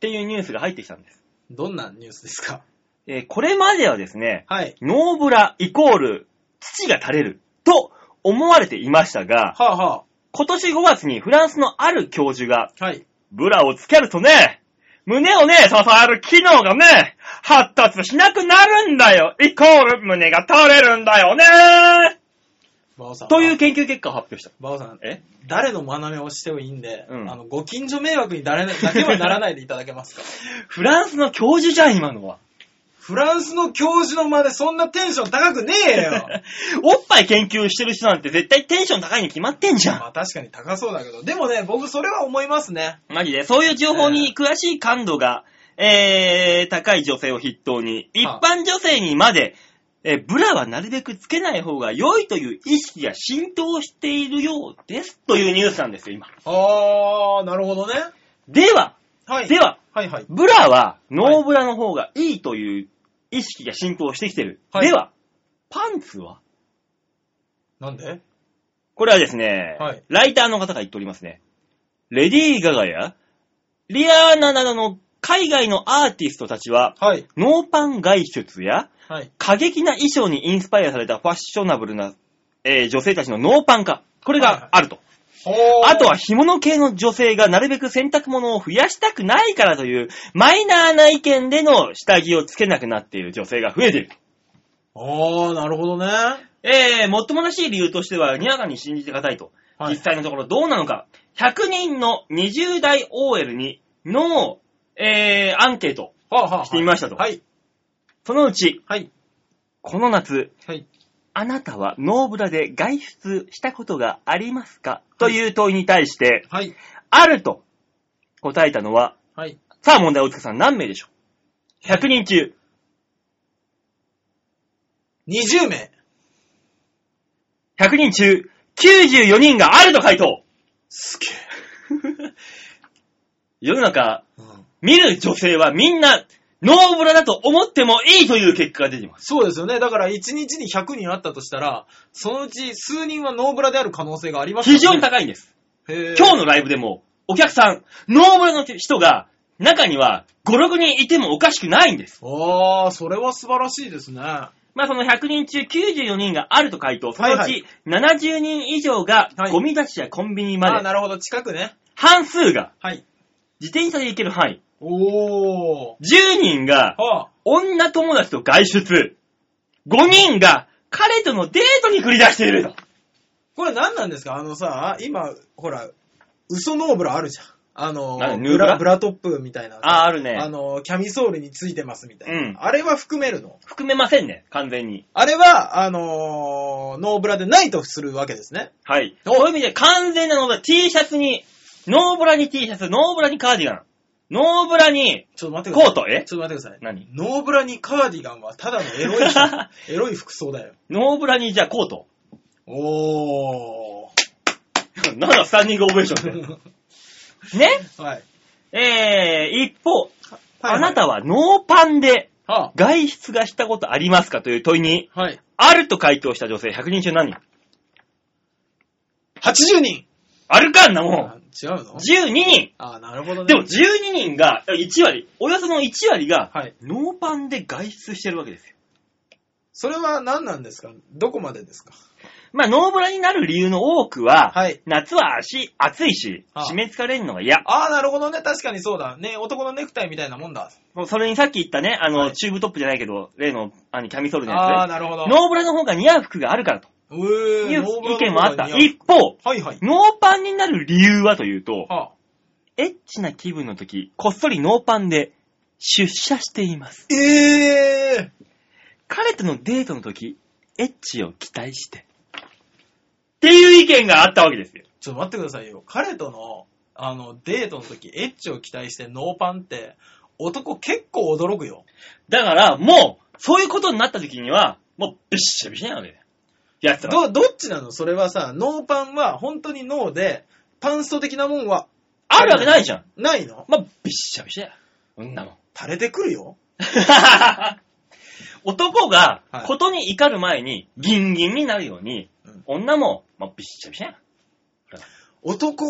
Speaker 2: ていうニュースが入ってきたんです。
Speaker 5: どんなニュースですか
Speaker 2: えーこれまではですね、
Speaker 5: はい。
Speaker 2: ノーブライコール土が垂れると思われていましたが、
Speaker 5: はあは
Speaker 2: 今年5月にフランスのある教授が
Speaker 5: あ。はい。
Speaker 2: ブラをつけるとね、胸をね、支える機能がね、発達しなくなるんだよ。イコール胸が垂れるんだよね
Speaker 5: バオさん。
Speaker 2: という。研究結果を発表した。
Speaker 5: バオさん、
Speaker 2: え
Speaker 5: 誰の真似をしてもいいんで、
Speaker 2: うん
Speaker 5: あの、ご近所迷惑にだれなだけはならないでいただけますか
Speaker 2: フランスの教授じゃん、今のは。
Speaker 5: フランスの教授の真似、そんなテンション高くねえよ。
Speaker 2: おっぱい研究してる人なんて絶対テンション高いに決まってんじ
Speaker 5: ま
Speaker 2: ゃ
Speaker 5: あ確かに高そうだけど、でもね、僕それは思いますね。
Speaker 2: ん。マジで、そういう情報に詳しい感度が、えー、高い女性を筆頭に、一般女性にまで、えーブラはなるべくつけない方が良いという意識が浸透しているようです。というニュースなんですよ、今。
Speaker 5: あー、なるほどね。
Speaker 2: では、
Speaker 5: はい。
Speaker 2: では、
Speaker 5: はいはい。
Speaker 2: ブラはノーブラの方がいいという意識が浸透してきてる。
Speaker 5: はい
Speaker 2: では、パンツは
Speaker 5: なんで
Speaker 2: これはですね、
Speaker 5: はい
Speaker 2: ライターの方が言っておりますね。レディー・ガガやリアーナなどの海外のアーティストたちは、
Speaker 5: はい。
Speaker 2: ノーパン外出や
Speaker 5: はい。
Speaker 2: 過激な衣装にインスパイアされたファッショナブルな、えー女性たちのノーパン化。これがあると。
Speaker 5: お
Speaker 2: あとは、干物系の女性がなるべく洗濯物を増やしたくないからという、マイナーな意見での下着をつけなくなっている女性が増えている。
Speaker 5: あー、なるほどね。
Speaker 2: えー、もっともらしい理由としては、にわかに信じて固いと。
Speaker 5: はい
Speaker 2: 実際のところどうなのか。100人の20代 OL に、の、えー、アンケート。
Speaker 5: はあ、はあ、
Speaker 2: してみましたと
Speaker 5: はい。
Speaker 2: そのうち、
Speaker 5: はい。
Speaker 2: この夏、
Speaker 5: はい。
Speaker 2: あなたはノーブラで外出したことがありますかという問いに対して、
Speaker 5: はい。
Speaker 2: あると答えたのは、
Speaker 5: はい。
Speaker 2: さあ問題、大塚さん何名でしょう ?100 人中、
Speaker 5: 20名。
Speaker 2: 100人中、94人があると回答
Speaker 5: すげえ。
Speaker 2: 世の中、
Speaker 5: うん
Speaker 2: 見る女性はみんな、ノーブラだと思ってもいいという結果が出て います。
Speaker 3: そうですよね。だから1日に100人あったとしたら、そのうち数人はノーブラである可能性がありますからね
Speaker 2: 非常に高いんです。
Speaker 3: へー
Speaker 2: 今日のライブでも、お客さん、ノーブラの人が、中には5、6人いてもおかしくないんです。
Speaker 3: ああ、それは素晴らしいですね。は
Speaker 2: まあその100人中94人があると回答、そのう
Speaker 3: はい
Speaker 2: ち70人以上が
Speaker 3: はい
Speaker 2: ゴミ出しやコンビニ
Speaker 3: い、あ
Speaker 2: ま
Speaker 3: ー
Speaker 2: で、
Speaker 3: なるほど、近くね。
Speaker 2: 半数が
Speaker 3: はい。
Speaker 2: 自転車で行ける範囲、
Speaker 3: おー。
Speaker 2: 10人が
Speaker 3: はあ。
Speaker 2: 女友達と外出、5人が彼とのデートに繰り出していると。
Speaker 3: これ何なんですかあのさ、今、ほら、嘘ノーブラあるじゃん。あの
Speaker 2: 何、ヌーブ
Speaker 3: ブ
Speaker 2: ラ
Speaker 3: ラブラトップみたいな。
Speaker 2: ああ、ある
Speaker 3: あ
Speaker 2: ね。
Speaker 3: の、キャミソールについてますみたいな。
Speaker 2: うん
Speaker 3: あれは含めるの
Speaker 2: 含めませんね、完全に。
Speaker 3: あれは、あのーノーブラでないとするわけですね。
Speaker 2: はい。そういう意味で完全なノーブラ、T シャツに、ノーブラに T シャツ、ノーブラにカーディガン、ノーブラに
Speaker 3: ちょっと待ってくだ
Speaker 2: コー
Speaker 3: さい。
Speaker 2: ト、え
Speaker 3: ちょっと待ってください。
Speaker 2: 何
Speaker 3: ノーブラにカーディガンはただのエロ いじゃん、エロい服装だよ。
Speaker 2: ノーブラにじゃあコート。
Speaker 3: お
Speaker 2: なんだ、スタンディングオベーション
Speaker 3: ー。
Speaker 2: で。 ね
Speaker 3: はい。
Speaker 2: えー、一方、
Speaker 3: はい
Speaker 2: あなたはノーパンで
Speaker 3: は
Speaker 2: 外出がしたことありますかという問いに、
Speaker 3: あ、はい。
Speaker 2: あると回答した女性100人中何人
Speaker 3: 80人
Speaker 2: あるかんなもん
Speaker 3: あ違うの
Speaker 2: !12 人
Speaker 3: ああ、なるほどね。
Speaker 2: でも、12人が、1割、およその1割が、
Speaker 3: はい。
Speaker 2: ノーパンで外出してるわけですよ。
Speaker 3: それは何なんですかどこまでですか
Speaker 2: まあ、ノーブラになる理由の多くは、
Speaker 3: はい
Speaker 2: 夏は足、暑いし、
Speaker 3: ああ
Speaker 2: 締め付かれるのが嫌。
Speaker 3: ああ、なるほどね。確かにそうだ。ね、男のネクタイみたいなもんだ。
Speaker 2: もうそれにさっき言ったね、あの、
Speaker 3: はい
Speaker 2: チューブトップじゃないけど、例の、あの、キャミソールの
Speaker 3: ああ、
Speaker 2: や
Speaker 3: なるほ
Speaker 2: つ
Speaker 3: ど。
Speaker 2: ね。ノーブラの方が似合う服があるからと
Speaker 3: うー
Speaker 2: いうん
Speaker 3: ノーブラの
Speaker 2: 意見もあった。
Speaker 3: 方が似合う
Speaker 2: 一方、
Speaker 3: はいはい。
Speaker 2: ノーパンになる理由はというと、
Speaker 3: はあ、
Speaker 2: エッチな気分の時、こっそりノーパンで出社しています。
Speaker 3: ええ
Speaker 2: 彼とのデートの時、エッチを期待して。っていう意見があったわけですよ。
Speaker 3: ちょっと待ってくださいよ。彼との、あの、デートの時、エッチを期待してノーパンって、男結構驚くよ。
Speaker 2: だから、もう、そういうことになった時には、もう、びっしゃびしゃなわけだよ。やつらは。
Speaker 3: ど、どっちなのそれはさ、ノーパンは本当にノーで、パンスト的なもんは
Speaker 2: あるわけないじゃん。
Speaker 3: ないの
Speaker 2: まあ、びっしゃびしゃや。女もん。
Speaker 3: 垂れてくるよ。
Speaker 2: 男が
Speaker 3: は、い
Speaker 2: ことに怒る前に、ギンギンになるように、
Speaker 3: うん
Speaker 2: 女も、まあ、びっしゃびしゃや。
Speaker 3: 男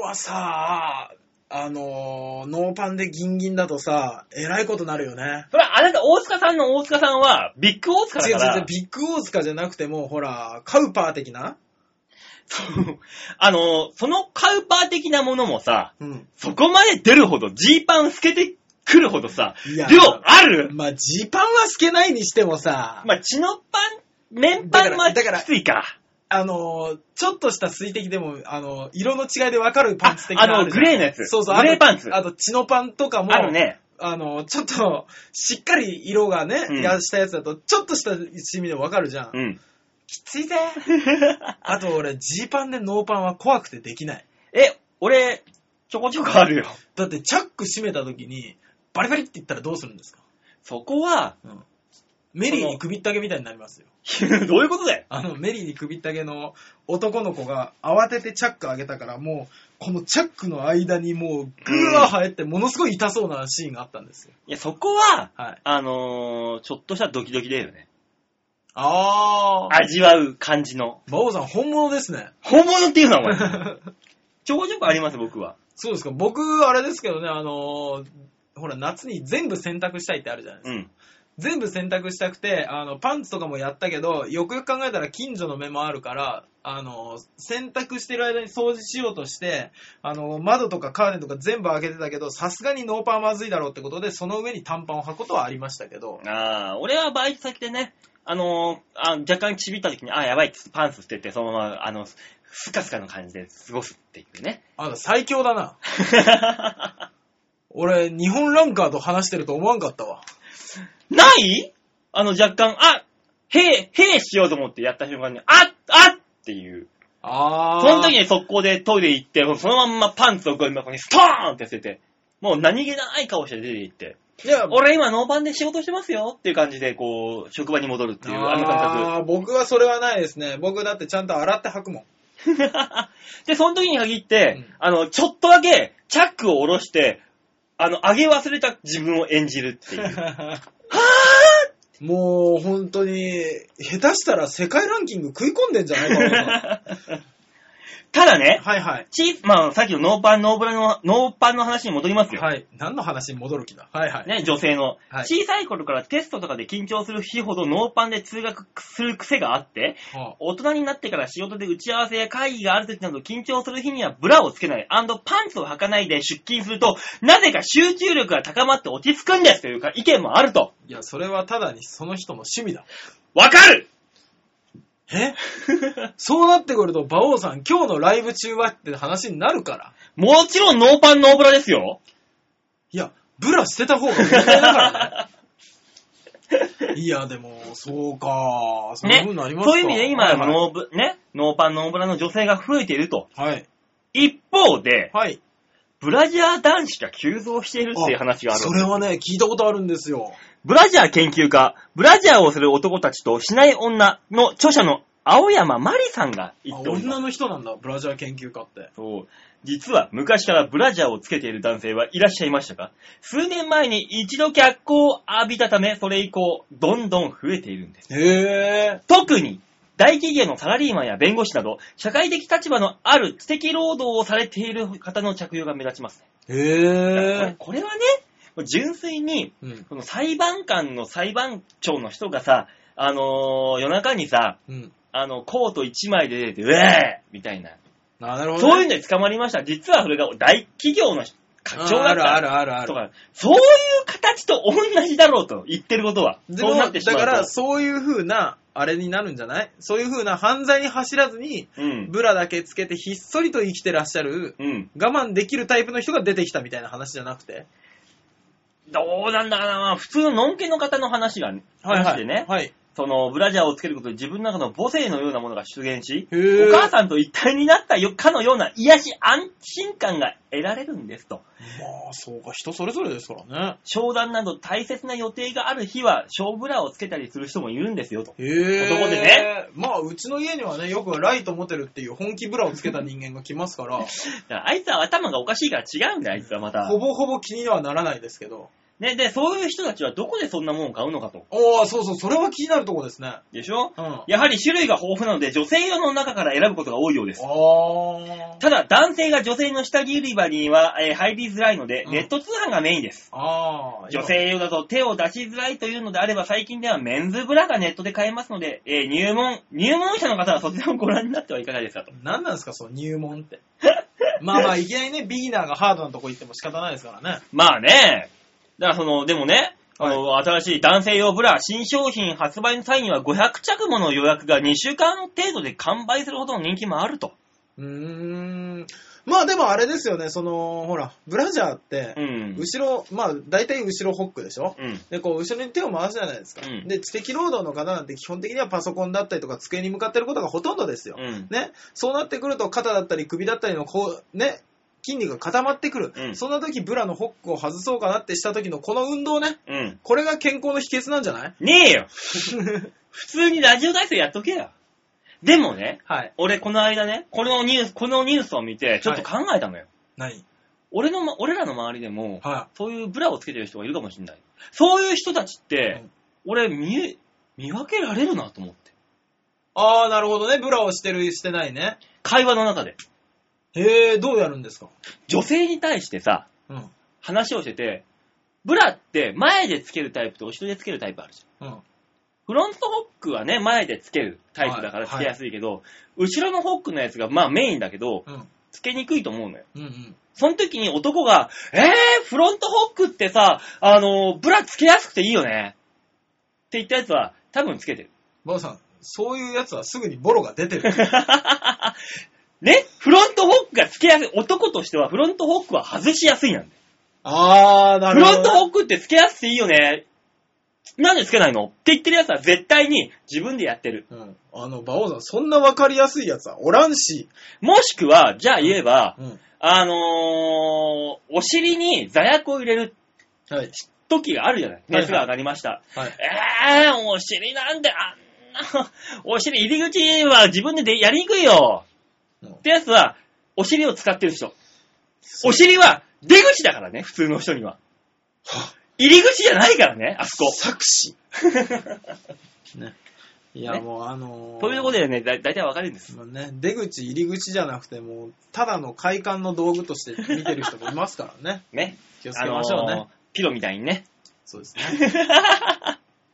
Speaker 3: はさ、あのーノーパンでギンギンだとさ、えらいことなるよね。
Speaker 2: それはあなた、大塚さんの大塚さんは、ビッグ大塚だ
Speaker 3: 違う
Speaker 2: か
Speaker 3: 違う違う
Speaker 2: ら、
Speaker 3: ビッグオースカじゃなくても、ほら、カウパー的な
Speaker 2: そうあの、そのカウパー的なものもさ、
Speaker 3: うん。
Speaker 2: そこまで出るほど、ジーパン透けてくるほどさ、
Speaker 3: い
Speaker 2: 量ある
Speaker 3: まあ、ジーパンは透けないにしてもさ、
Speaker 2: まあ、血のパン、面パンは
Speaker 3: だからだから
Speaker 2: きついか。
Speaker 3: あのー、ちょっとした水滴でも、あのー、色の違いで分かるパンツ的
Speaker 2: あ
Speaker 3: な
Speaker 2: の、
Speaker 3: るじ
Speaker 2: グ
Speaker 3: ゃ
Speaker 2: レ
Speaker 3: ん
Speaker 2: ーのやつ。
Speaker 3: そうそう、
Speaker 2: グレーパンツ。
Speaker 3: あと、あと血のパンとかも、
Speaker 2: あるね。
Speaker 3: あのー、ちょっと、しっかり色がね、
Speaker 2: うん
Speaker 3: やしたやつだと、ちょっとしたシミでも分かるじゃん。
Speaker 2: うん。
Speaker 3: きついぜあと俺、ジーパンでノーパンは怖くてできない。
Speaker 2: え、俺、ちょこちょこあるよ。
Speaker 3: だって、チャック閉めた時に、バリバリって言ったらどうするんですか
Speaker 2: そこは、
Speaker 3: メリーに首ったけみたいになりますよ。
Speaker 2: どういうことだよ。
Speaker 3: あの、メリーに首ったけの男の子が慌ててチャック上げたから、もう、このチャックの間にもう、ぐわー入って、ものすごい痛そうなシーンがあったんですよ。
Speaker 2: いや、そこは、
Speaker 3: はい。
Speaker 2: あのー、ちょっとしたドキドキだよね。
Speaker 3: あー。
Speaker 2: 味わう感じの。
Speaker 3: 馬王さん、本物です ね。
Speaker 2: 本物っていうのはお 前。ちょこちょこあります、僕は。
Speaker 3: そうですか。僕、あれですけどね、あのーほら、夏に全部洗濯したいってあるじゃないですか。
Speaker 2: うん。
Speaker 3: 全部洗濯したくて、あの、パンツとかもやったけど、よくよく考えたら近所の目もあるから、あの、洗濯してる間に掃除しようとして、あの、窓とかカーテンとか全部開けてたけど、さすがにノーパンまずいだろうってことで、その上に短パンを履くことはありましたけど、
Speaker 2: あー、俺はバイト先でね、あのー、あ若干ちびった時に、あー、やばいっつってパンツ捨てて、そのまま、あの、スカスカの感じで過ごすっていうね。
Speaker 3: あの、最強だな。俺、日本ランカーと話してると思わんかったわ。
Speaker 2: ないあの、若干、あ、へい、へいしようと思ってやった瞬間に、ああっていう。
Speaker 3: あ
Speaker 2: その時に速攻でトイレ行って、そのまんまパンツをゴミ箱にストーンって捨てて、もう何気ない顔して出て行って、
Speaker 3: いや、
Speaker 2: 俺今ノーパンで仕事してますよっていう感じで、こう、職場に戻るっていう、あの感
Speaker 3: あー僕はそれはないですね。僕だってちゃんと洗って履くもん。
Speaker 2: 覚。で、その時に限って、
Speaker 3: うん
Speaker 2: あの、ちょっとだけ、チャックを下ろして、あの、上げ忘れた自分を演じるって いう。
Speaker 3: もう、本当に、下手したら世界ランキング食い込んでんじゃないかな。
Speaker 2: ただね、
Speaker 3: はいはい。
Speaker 2: チーまあ、さっきのノーパン、ノーブラの、ノーパンの話に戻りますよ。
Speaker 3: はい。何の話に戻る気だはいはい。
Speaker 2: ね、女性の、
Speaker 3: はい
Speaker 2: 小さい頃からテストとかで緊張する日ほどノーパンで通学する癖があって、
Speaker 3: は
Speaker 2: 大人になってから仕事で打ち合わせや会議がある時など緊張する日にはブラをつけない、パンツを履かないで出勤すると、なぜか集中力が高まって落ち着くんですというか意見もあると。
Speaker 3: あいや、それはただにその人の趣味だ。
Speaker 2: わかる
Speaker 3: えそうなってくると、馬王さん、今日のライブ中はって話になるから。
Speaker 2: もちろんノーパンノーブラですよ。
Speaker 3: いや、ブラ捨てた方が問題だから ね。いや、でも、そうか。そうい
Speaker 2: ね
Speaker 3: う風になり。ますか。
Speaker 2: そういう意味で今、
Speaker 3: はいはい
Speaker 2: ノーブ、ね、ノーパンノーブラの女性が増えていると。
Speaker 3: はい。
Speaker 2: 一方で、
Speaker 3: はい。
Speaker 2: ブラジャー男子が急増しているっていう話がある
Speaker 3: それはね、聞いたことあるんですよ。
Speaker 2: ブラジャー研究家、ブラジャーをする男たちとしない女の著者の青山まりさんが言
Speaker 3: あ
Speaker 2: っておりま
Speaker 3: 女
Speaker 2: す。
Speaker 3: の人なんだ、ブラジャー研究家って。
Speaker 2: そう実は昔からブラジャーをつけている男性はいらっしゃいましたが、数年前に一度脚光を浴びたため、それ以降、どんどん増えているんです。
Speaker 3: へえ。
Speaker 2: 特に、大企業のサラリーマンや弁護士など、社会的立場のある知的労働をされている方の着用が目立ちますね。だから
Speaker 3: へえ。
Speaker 2: これこれはね、純粋に
Speaker 3: うん。
Speaker 2: この裁判官の裁判長の人がさ、あのー夜中にさ、
Speaker 3: うん。
Speaker 2: あの、コート1枚で出て、うえーみたいな。
Speaker 3: あなるほどね、
Speaker 2: そういうので捕まりました。実はそれが大企業の課長だ
Speaker 3: あ
Speaker 2: っ
Speaker 3: るあ
Speaker 2: た
Speaker 3: るあるあ
Speaker 2: と
Speaker 3: る。
Speaker 2: か、そういう形と同じだろうと言ってることは。
Speaker 3: で
Speaker 2: そう
Speaker 3: も、
Speaker 2: なって
Speaker 3: だ
Speaker 2: しまうと。
Speaker 3: から、そういう風な、あれになるんじゃないそういう風な犯罪に走らずに、
Speaker 2: うん。
Speaker 3: ブラだけつけてひっそりと生きてらっしゃる、
Speaker 2: うん。
Speaker 3: 我慢できるタイプの人が出てきたみたいな話じゃなくて。
Speaker 2: どうなんだかな普通ののんけの方の話が、話でね、
Speaker 3: はい。
Speaker 2: そのブラジャーをつけることで自分の中の母性のようなものが出現し、
Speaker 3: へ
Speaker 2: お
Speaker 3: ー
Speaker 2: 母さんと一体になったよかのような癒し安心感が得られるんですと。
Speaker 3: まあ、そうか、人それぞれですからね。
Speaker 2: 商談など大切な予定がある日は、小ブラをつけたりする人もいるんですよと。
Speaker 3: へえ。
Speaker 2: 男でね。
Speaker 3: まあ、うちの家にはね、よくライト持てるっていう本気ブラをつけた人間が来ます から、
Speaker 2: だからあいつは頭がおかしいから違うんだよ、あいつはまた
Speaker 3: ほ。ぼほぼ気にはならないですけど。
Speaker 2: ね、で、そういう人たちはどこでそんなもんを買うのかと。
Speaker 3: おー、そうそう、それは気になるとこですね。
Speaker 2: でしょ
Speaker 3: うん。あ
Speaker 2: やはり種類が豊富なので、女性用の中から選ぶことが多いようです。
Speaker 3: ー。
Speaker 2: ただ、男性が女性の下着売り場には、えー入りづらいので、
Speaker 3: うん
Speaker 2: ネット通販がメインです。
Speaker 3: あー。
Speaker 2: 女性用だと手を出しづらいというのであれば、最近ではメンズブラがネットで買えますので、えー入門、入門者の方はそちらをご覧になってはいかがですかと。
Speaker 3: 何なんですか、その入門 って。まあまあ、いきなりね、ビギナーがハードなとこ行っても仕方ないですからね。
Speaker 2: まあね。だからその、でもね、あの、新しい男性用ブラ、新商品発売の際には500着もの予約が2週間程度で完売するほどの人気もあると。
Speaker 3: うーん。まあでもあれですよね、その、ほら、ブラジャーって
Speaker 2: う、ん。
Speaker 3: 後ろ、まあ、大体後ろホックでしょ
Speaker 2: うん。
Speaker 3: で、こう、後ろに手を回すじゃないですか。
Speaker 2: うん
Speaker 3: で、知的労働の方なんて基本的にはパソコンだったりとか机に向かってることがほとんどですよ。
Speaker 2: うん。
Speaker 3: ね。そうなってくると、肩だったり首だったりの、こう、ね、筋肉が固まってくる。
Speaker 2: うん
Speaker 3: そんな時、ブラのホックを外そうかなってした時のこの運動ね。
Speaker 2: うん。
Speaker 3: これが健康の秘訣なんじゃない
Speaker 2: ねえよ普通にラジオ体操やっとけよ。でもね、
Speaker 3: はい。
Speaker 2: 俺この間ね、このニュース、このニュースを見て、ちょっと考えたのよ。
Speaker 3: 何
Speaker 2: 俺のま、俺らの周りでも、
Speaker 3: は
Speaker 2: そういうブラをつけてる人がいるかもしれない。そういう人たちって、
Speaker 3: うん
Speaker 2: 俺見え、見分けられるなと思って。
Speaker 3: ああ、なるほどね。ブラをしてる、してないね。
Speaker 2: 会話の中で。
Speaker 3: へえ、どうやるんですか
Speaker 2: 女性に対してさ、
Speaker 3: うん。
Speaker 2: 話をしてて、ブラって前でつけるタイプと後ろでつけるタイプあるじゃん。
Speaker 3: うん。
Speaker 2: フロントホックはね、前でつけるタイプだから
Speaker 3: はい
Speaker 2: つけやすいけど、後ろのホックのやつがまあメインだけど、
Speaker 3: うん。
Speaker 2: つけにくいと思うのよ。
Speaker 3: うん。うん。
Speaker 2: その時に男が、えー、フロントホックってさ、あのーブラつけやすくていいよね。って言ったやつは、多分つけてる。
Speaker 3: バオさん、そういうやつはすぐにボロが出てる。
Speaker 2: ねフロントホックがつけやすい。男としてはフロントホックは外しやすいなんだよ
Speaker 3: ああ、な
Speaker 2: フ
Speaker 3: るほ
Speaker 2: ロン
Speaker 3: どね。
Speaker 2: トホックってつけやすくていいよね。なんでつけないのって言ってるやつは絶対に自分でやってる。
Speaker 3: うん。あの、バオさん、そんなわかりやすいやつはおらんし。
Speaker 2: もしくは、じゃあ言えば、
Speaker 3: うん。
Speaker 2: あのー、お尻に座薬を入れる
Speaker 3: はい。
Speaker 2: 時があるじゃない
Speaker 3: はいはい
Speaker 2: 熱が上がりました。
Speaker 3: はい。
Speaker 2: えー、お尻なんであんな、 お尻入り口は自分ででやりにくいよ。
Speaker 3: うん
Speaker 2: ってやつは、お尻を使ってる人。お尻は出口だからね、普通の人には。入り口じゃないからね、あそこ。
Speaker 3: 作詞。 ね。いや、
Speaker 2: ね
Speaker 3: もうあのー、
Speaker 2: そういうところでね、だ大体わかるんです。
Speaker 3: まあね、出口、入り口じゃなくて、もう、ただの快感の道具として見てる人もいますか らね。
Speaker 2: ね。
Speaker 3: 気をつけましょうね。
Speaker 2: あのーピロみたい にね。
Speaker 3: そうですね。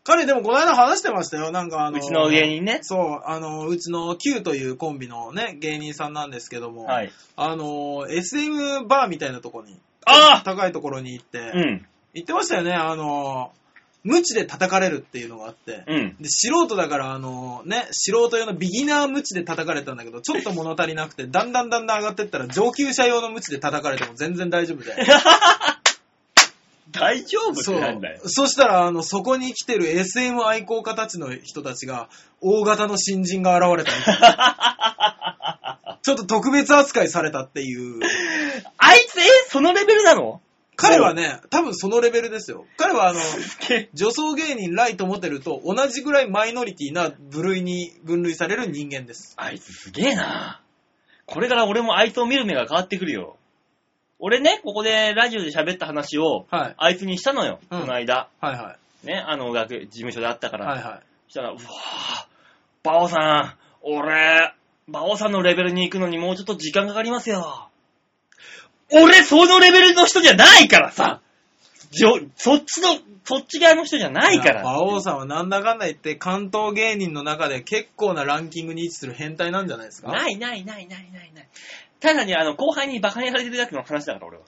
Speaker 3: 彼、でもこの間話してましたよ。なんかあのー、
Speaker 2: うちの芸人ね。
Speaker 3: そう、あのー、うちの Q というコンビのね、芸人さんなんですけども、
Speaker 2: はい。
Speaker 3: あのー、SM バーみたいなとこに、
Speaker 2: あ
Speaker 3: 高いところに行って、
Speaker 2: あうん。
Speaker 3: 言ってましたよね、あのー、無知で叩かれるっていうのがあって、
Speaker 2: うん。
Speaker 3: で素人だから、あのーね、素人用のビギナー無知で叩かれたんだけど、ちょっと物足りなくて、だんだんだんだん上がってったら、上級者用の無知で叩かれても全然大丈夫で。
Speaker 2: 大丈夫っ
Speaker 3: そ
Speaker 2: て
Speaker 3: う
Speaker 2: なん だよ。。
Speaker 3: そしたら、あの、そこに来てる SM 愛好家たちの人たちが、大型の新人が現れたみた いなちょっと特別扱いされたっていう。
Speaker 2: あいつ、えそのレベルなの
Speaker 3: 彼はね、多分そのレベルですよ。彼はあの、
Speaker 2: すげえ
Speaker 3: 女装芸人ライトモテルと同じぐらいマイノリティな部類に分類される人間です。
Speaker 2: あいつすげえな。これから俺もあいつを見る目が変わってくるよ。俺ね、ここでラジオで喋った話を、
Speaker 3: はい。
Speaker 2: あいつにしたのよ、
Speaker 3: うん
Speaker 2: この間。
Speaker 3: はいは
Speaker 2: ね、あの、学、事務所であったか
Speaker 3: い。
Speaker 2: ら。
Speaker 3: はいは。
Speaker 2: そしたら、うわぁ、バオさん、俺、バオさんのレベルに行くのにもうちょっと時間かかりますよ。俺、そのレベルの人じゃないからさじょそっちの、そっち側の人じゃないいから。
Speaker 3: 馬王さんはなんだかんだ言って関東芸人の中で結構なランキングに位置する変態なんじゃないですか
Speaker 2: ないないないないないない。ただにあの、後輩に馬鹿にされてるだけの話だから、俺は。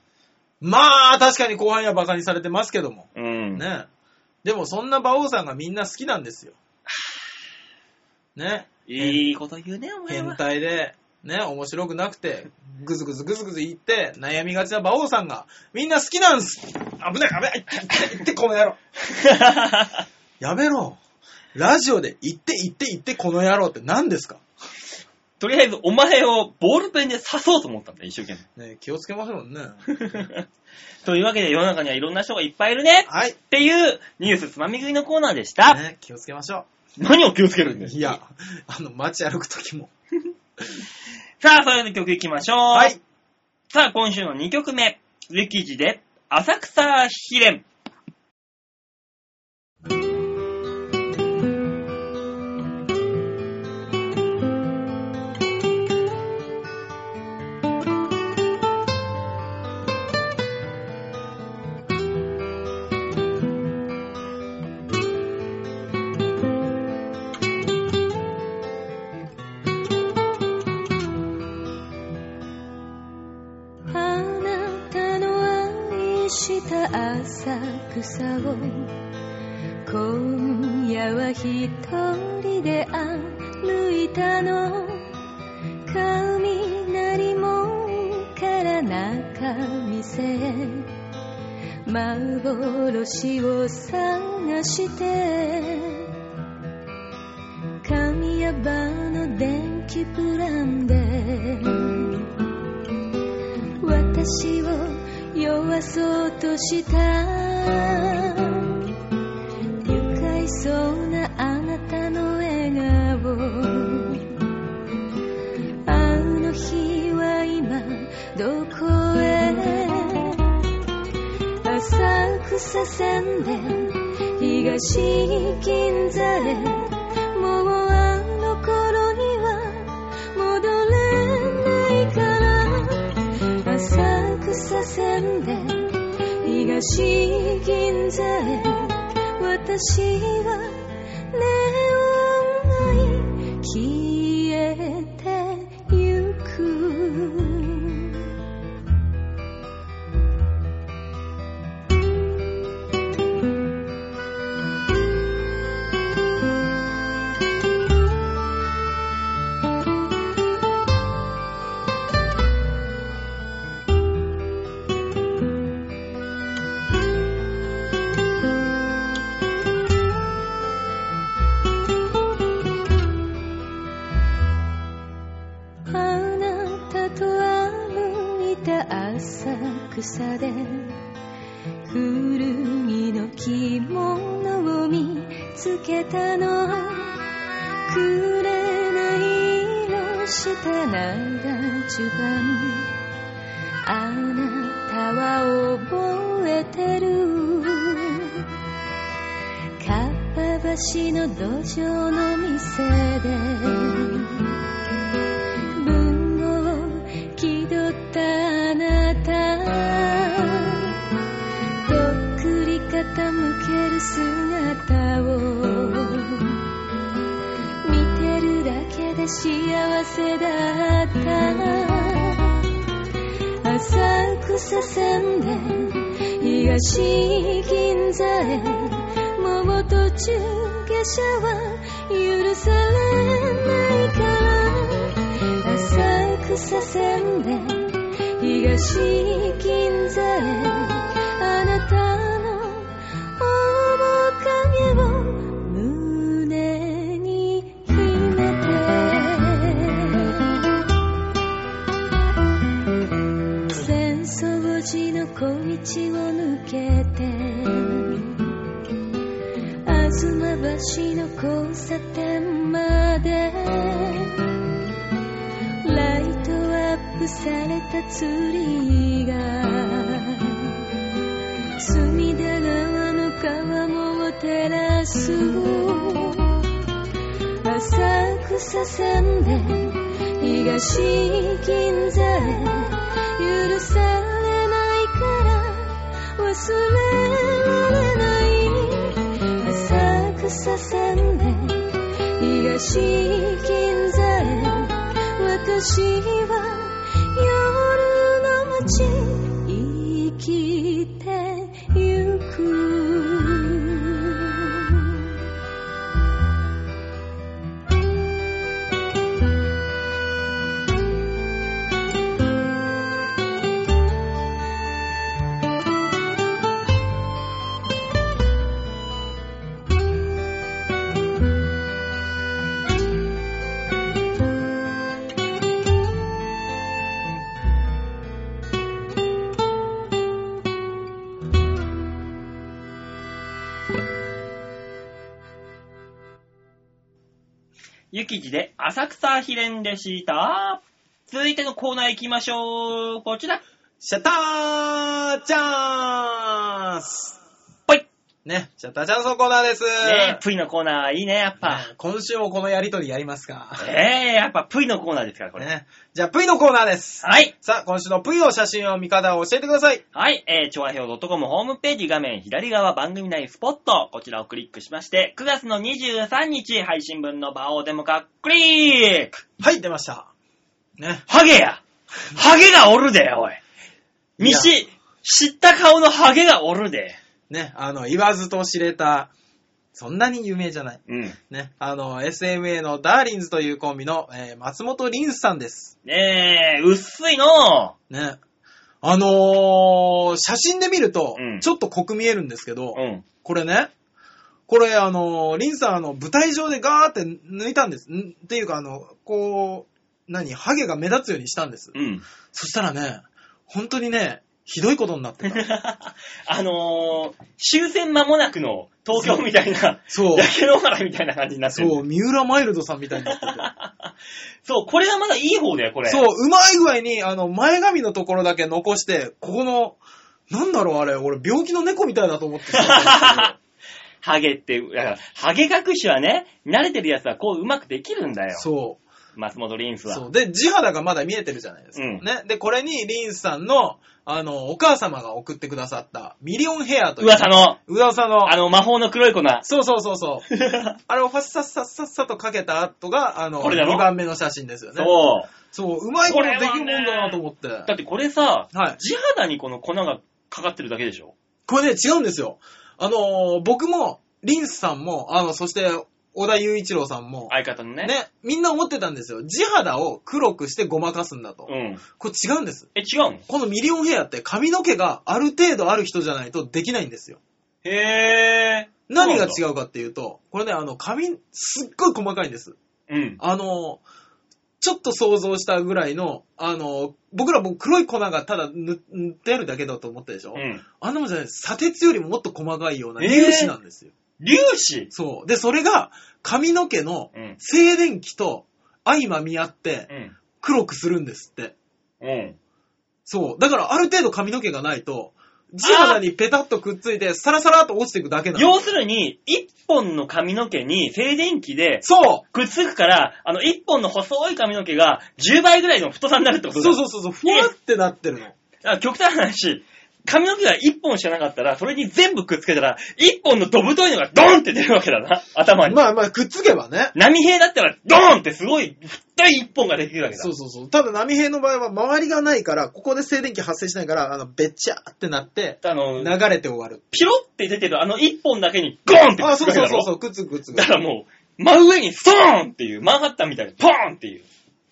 Speaker 3: まあ、確かに後輩はバカにされてますけども。
Speaker 2: うん。
Speaker 3: ね。でもそんな馬王さんがみんな好きなんですよ。ね。
Speaker 2: いいこと言うね、お前
Speaker 3: 変
Speaker 2: は。
Speaker 3: 態で、ね、面白くなくて、ぐずぐずぐずぐず言って、悩みがちな馬王さんが、みんな好きなんす危ない、危ない、言って、言って、この野郎。やめろ。ラジオで、言って、言って、言って、この野郎って何ですか、
Speaker 2: とりあえず、お前をボールペンで刺そうと思ったんだ、一生懸
Speaker 3: ね、気をつけましょうね。
Speaker 2: 命。というわけで、世の中にはいろんな人がいっぱいいるね。
Speaker 3: はい、
Speaker 2: っていうニュースつまみ食いのコーナーでした。
Speaker 3: ね。気をつけましょ
Speaker 2: 何を気をつけるん
Speaker 3: う。
Speaker 2: です
Speaker 3: いや、あの、街歩くときも。
Speaker 2: さあ、それでは曲いきましょう。
Speaker 3: はい。
Speaker 2: さあ、今週の2曲目。ウキジで、浅草秘伝。
Speaker 4: あなたの愛した浅草を今夜は一人で歩いたの雷門から中店へ幻を探して神屋場の電気プランで私を弱そうとした愉快そうなあなたの笑顔あの日は今どこへ浅草線で東銀座へもうあの頃には戻れないから浅草線で東銀座へ私はネオンが消えてゆくあなたと歩いた浅草で古着の着物を見つけたの紅色した長襦袢あなたは覚えてるかっぱ橋の土壌の店で文を気取ったあなたとっくり傾ける姿を見てるだけで幸せだった浅草線で東銀座へもう途中下車は許されないから浅草線で東銀座へあなたの面影を胸に秘めて浅草寺の小道を抜けて東橋の交差点までライトアップされたツリーが隅田川の川面を照らす浅草線で東銀座へ許されないから忘れられない浅草線で東銀座へ私は夜の街生きてゆく
Speaker 2: ゆきじで浅草秘伝でした。続いてのコーナー行きましょう。こちら。
Speaker 3: シャッターチャンス
Speaker 2: ぽい。ね
Speaker 3: ね、シャッターチャンスのコーナーです。
Speaker 2: え、プイのコーナーいいね、やっぱ。
Speaker 3: 今週もこのやりとりやりますか。
Speaker 2: ええやっぱプイのコーナーですから、これ。
Speaker 3: ね、じゃあ、プイのコーナーです。
Speaker 2: はい。
Speaker 3: さあ、今週のプイの写真を見方を教えてください。
Speaker 2: はい、えー、調和表 .com ホームページ画面左側番組内スポット、こちらをクリックしまして、9月の23日配信分の場をデモ化、クリック
Speaker 3: はい、出ました。ね。
Speaker 2: ハゲやハゲがおるで、おい見し、知った顔のハゲがおるで。
Speaker 3: ね、あの、言わずと知れた、そんなに有名じゃない。
Speaker 2: うん。
Speaker 3: ね、あの、SMA のダーリンズというコンビの、えー松本凛さんです。
Speaker 2: ねえ、薄いの
Speaker 3: ね。あのー写真で見ると
Speaker 2: うん、
Speaker 3: ちょっと濃く見えるんですけど、
Speaker 2: うん。
Speaker 3: これね、これあのー、リンさんあの、舞台上でガーって抜いたんです。んっていうかあの、こう、何、ハゲが目立つようにしたんです。
Speaker 2: うん。
Speaker 3: そしたらね、本当にね、ひどいことになっ てた。
Speaker 2: あのー、終戦間もなくの東京みたいな、
Speaker 3: そう
Speaker 2: 焼け野原みたいな感じになってる。
Speaker 3: そう、三浦マイルドさんみたいになってて。
Speaker 2: そう、これがまだいい方だ よ、これ。
Speaker 3: そう、うまい具合に、あの、前髪のところだけ残して、ここの、なんだろうあれ、俺病気の猫みたいだと思ってた。
Speaker 2: ハゲって、だから、ハゲ隠しはね、慣れてるやつはこううまくできるんだよ。
Speaker 3: そう。
Speaker 2: 松本リンスは。
Speaker 3: そう。で、地肌がまだ見えてるじゃないですか。
Speaker 2: うん
Speaker 3: ね。で、これに、リンさんの、あの、お母様が送ってくださった、ミリオンヘアという。
Speaker 2: 噂の、
Speaker 3: 噂の。
Speaker 2: あの、魔法の黒い粉。
Speaker 3: そうそうそうそう。あれをファッサッサッサッサとかけた後が、あの、
Speaker 2: これだろ
Speaker 3: 2番目の写真ですよね。う。
Speaker 2: そう。
Speaker 3: そう、うまいことできるもんだなと思って。
Speaker 2: だってこれさ、
Speaker 3: はい。
Speaker 2: 地肌にこの粉がかかってるだけでしょ
Speaker 3: これね、違うんですよ。あのー僕も、リンスさんも、あの、そして、小田雄一郎さんも、
Speaker 2: 相方のね。
Speaker 3: ね、みんな思ってたんですよ。地肌を黒くしてごまかすんだと。
Speaker 2: うん。
Speaker 3: これ違うんです。
Speaker 2: え、違うの
Speaker 3: このミリオンヘアって髪の毛がある程度ある人じゃないとできないんですよ。
Speaker 2: へー。
Speaker 3: 何が違
Speaker 2: う
Speaker 3: うかっていうと、これね、あの、髪、すっごい細かいんです。
Speaker 2: うん。
Speaker 3: あの、ちょっと想像したぐらいの、あの、僕らもう黒い粉がただ塗塗ってあるだけだと思ったでしょ、
Speaker 2: うん。
Speaker 3: あんなもんじゃないです。砂鉄よりももっと細かいような
Speaker 2: えー
Speaker 3: 粒子なんですよ。
Speaker 2: 粒子
Speaker 3: そう。で、それが髪の毛の
Speaker 2: うん。
Speaker 3: 静電気と相まみ合って
Speaker 2: うん。
Speaker 3: 黒くするんですって。
Speaker 2: うん。
Speaker 3: そう。だからある程度髪の毛がないと、地肌にペタッとくっついて、サラサラっと落ちていくだけなの。
Speaker 2: 要するに、一本の髪の毛に静電気で
Speaker 3: そう
Speaker 2: くっつくから、あの、一本の細い髪の毛が10倍ぐらいの太さになるってことだ
Speaker 3: そうそうそうそう、ふわってなってるの。
Speaker 2: あ極端な話、髪の毛が一本しかなかったら、それに全部くっつけたら、一本のどぶといのがドーンって出るわけだな、頭に。
Speaker 3: まあまあ、くっつけばね。
Speaker 2: 波平だったら、ドーンってすごい、太い一本ができるわけだ。
Speaker 3: そうそうそう。ただ波平の場合は周りがないから、ここで静電気発生しないから、あの、べちゃーってなって、
Speaker 2: あの
Speaker 3: 流、れて終わる。
Speaker 2: ピロって出てるあの一本だけに、ゴーンってく
Speaker 3: あ、
Speaker 2: っつ
Speaker 3: そ
Speaker 2: く
Speaker 3: う
Speaker 2: わけだ
Speaker 3: そうそ
Speaker 2: ろ
Speaker 3: うそう、くっつくくっつく
Speaker 2: だ。からもう、真上にストーンっていう、マンハッタンみたいに、ポーンっていう、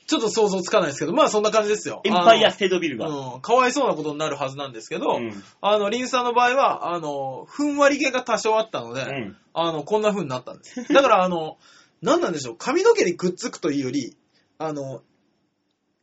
Speaker 3: ちょっと想像つかないですけど、まあそんな感じですよ。
Speaker 2: エンパイア
Speaker 3: あ
Speaker 2: ステートビルが。
Speaker 3: のうん、かわいそうなことになるはずなんですけど、
Speaker 2: うん
Speaker 3: あの、リンさんの場合は、あの、ふんわり毛が多少あったので、
Speaker 2: うん
Speaker 3: あの、こんな風になったんです。だから、あの、なんなんでしょう、髪の毛にくっつくというより、あの、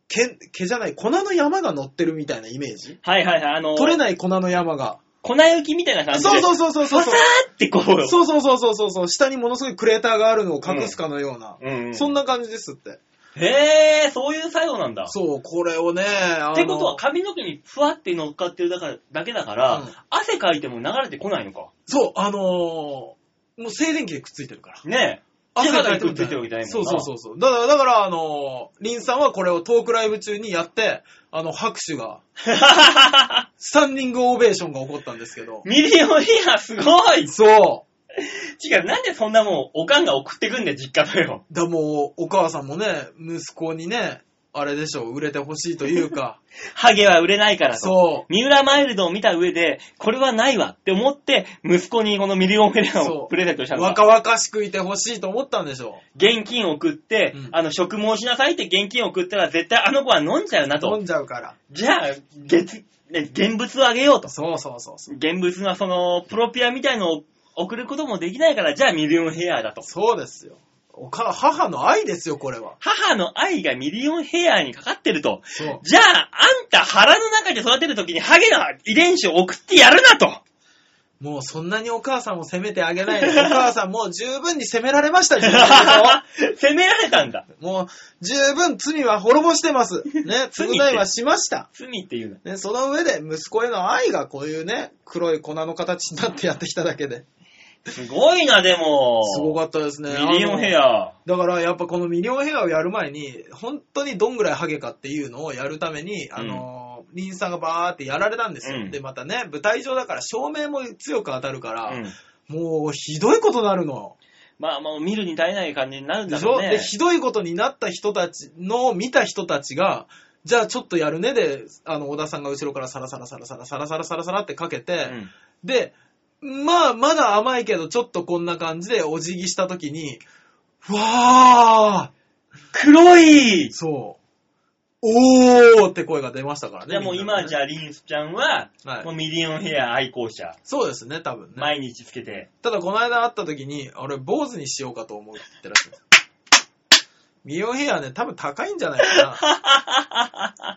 Speaker 3: 毛、毛じゃない、粉の山が乗ってるみたいなイメージ
Speaker 2: はいはいはい、あの、
Speaker 3: 取れない粉の山が。
Speaker 2: 粉雪みたいな感じで。
Speaker 3: そうそううそうそうそう。
Speaker 2: ってこう。
Speaker 3: そうそうそうそうそうそう。下にものすごいクレーターがあるのを隠すかのような。
Speaker 2: うんうん
Speaker 3: そんな感じですって。
Speaker 2: へえ、そういう作用なんだ。
Speaker 3: そう、これをね、あの
Speaker 2: ってことは髪の毛にふわって乗っかってるだからだけだから、
Speaker 3: うん
Speaker 2: 汗かいても流れてこないのか。
Speaker 3: そう、あのーもう静電気でくっついてるから。
Speaker 2: ねえ。手肌にくっついてるわけじゃないも
Speaker 3: そ
Speaker 2: ん
Speaker 3: う
Speaker 2: な
Speaker 3: そうそうそう。だから、だから、あのー、リンさんはこれをトークライブ中にやって、あの、拍手が、スタンディングオベーションが起こったんですけど。
Speaker 2: ミリオンイヤーすごい
Speaker 3: そ
Speaker 2: 違う、なんでそんなもん、おかんが送ってくんだよ、実家のよ。
Speaker 3: う。だ、もう、お母さんもね、息子にね、あれでしょう、売れてほしいというか、
Speaker 2: ハゲは売れないからと。
Speaker 3: そう。
Speaker 2: 三浦マイルドを見た上で、これはないわって思って、息子にこのミリオンフェア
Speaker 3: そ
Speaker 2: を
Speaker 3: う
Speaker 2: プレゼントしたの
Speaker 3: 若
Speaker 2: か。
Speaker 3: 々しくいてほしいと思ったんでしょ
Speaker 2: 現金送って、
Speaker 3: うん
Speaker 2: あの、食毛しなさいって現金送ったら、絶対あの子は飲んじゃうな
Speaker 3: う。飲
Speaker 2: と。
Speaker 3: んじゃうから。
Speaker 2: じゃあ、月、ね現物をあげようと。
Speaker 3: そうそうそうそう。
Speaker 2: 現物がその、プロピアみたいのを送ることもできないから、じゃあミリオンヘアだと。
Speaker 3: そうですよ。おか、母の愛ですよ、これは。
Speaker 2: 母の愛がミリオンヘアにかかってると。
Speaker 3: そう。
Speaker 2: じゃあ、あんた腹の中で育てるときにハゲの遺伝子を送ってやるなと。
Speaker 3: もうそんなにお母さんを責めてあげない で、お母さんもう十分に責められました、自分のこ
Speaker 2: 責められたんだ。
Speaker 3: とをもう十分罪は滅ぼしてます。 ね、
Speaker 2: 罪
Speaker 3: 償
Speaker 2: って
Speaker 3: いはしました。
Speaker 2: 罪っていうの。
Speaker 3: ね、その上で息子への愛がこういうね、黒い粉の形になってやってきただけで。
Speaker 2: すごいな、でも。
Speaker 3: すごかったですね。
Speaker 2: ミリオンヘ
Speaker 3: ア。
Speaker 2: ア。
Speaker 3: だからやっぱこのミリオンヘアをやる前に、本当にどんぐらいハゲかっていうのをやるために、あのー、リンさんがバーってやられたんですよ。
Speaker 2: うん
Speaker 3: で、またね、舞台上だから照明も強く当たるから、
Speaker 2: うん
Speaker 3: もうひどいことなるの。
Speaker 2: まあ、もう見るに耐えない感じになるん
Speaker 3: で
Speaker 2: だ
Speaker 3: しょ
Speaker 2: ろうね
Speaker 3: で、。ひどいことになった人たちのを見た人たちが、じゃあちょっとやるねで、あの、小田さんが後ろからサラサラサラサラサラサラサラサラってかけて、
Speaker 2: うん
Speaker 3: で、まあ、まだ甘いけど、ちょっとこんな感じでお辞儀したときに、わー
Speaker 2: 黒い
Speaker 3: そう。おーって声が出ましたからね。
Speaker 2: じゃあもう
Speaker 3: みんな
Speaker 2: 今、
Speaker 3: ね
Speaker 2: じゃあリンスちゃんは、
Speaker 3: はい
Speaker 2: もうミリオンヘア愛好者。
Speaker 3: そうですね、多分ね。
Speaker 2: 毎日つけて。
Speaker 3: ただ、この間会ったときに、俺、坊主にしようかと思うって言ってらっしゃる。ミリオンヘアね、多分高いんじゃないか な。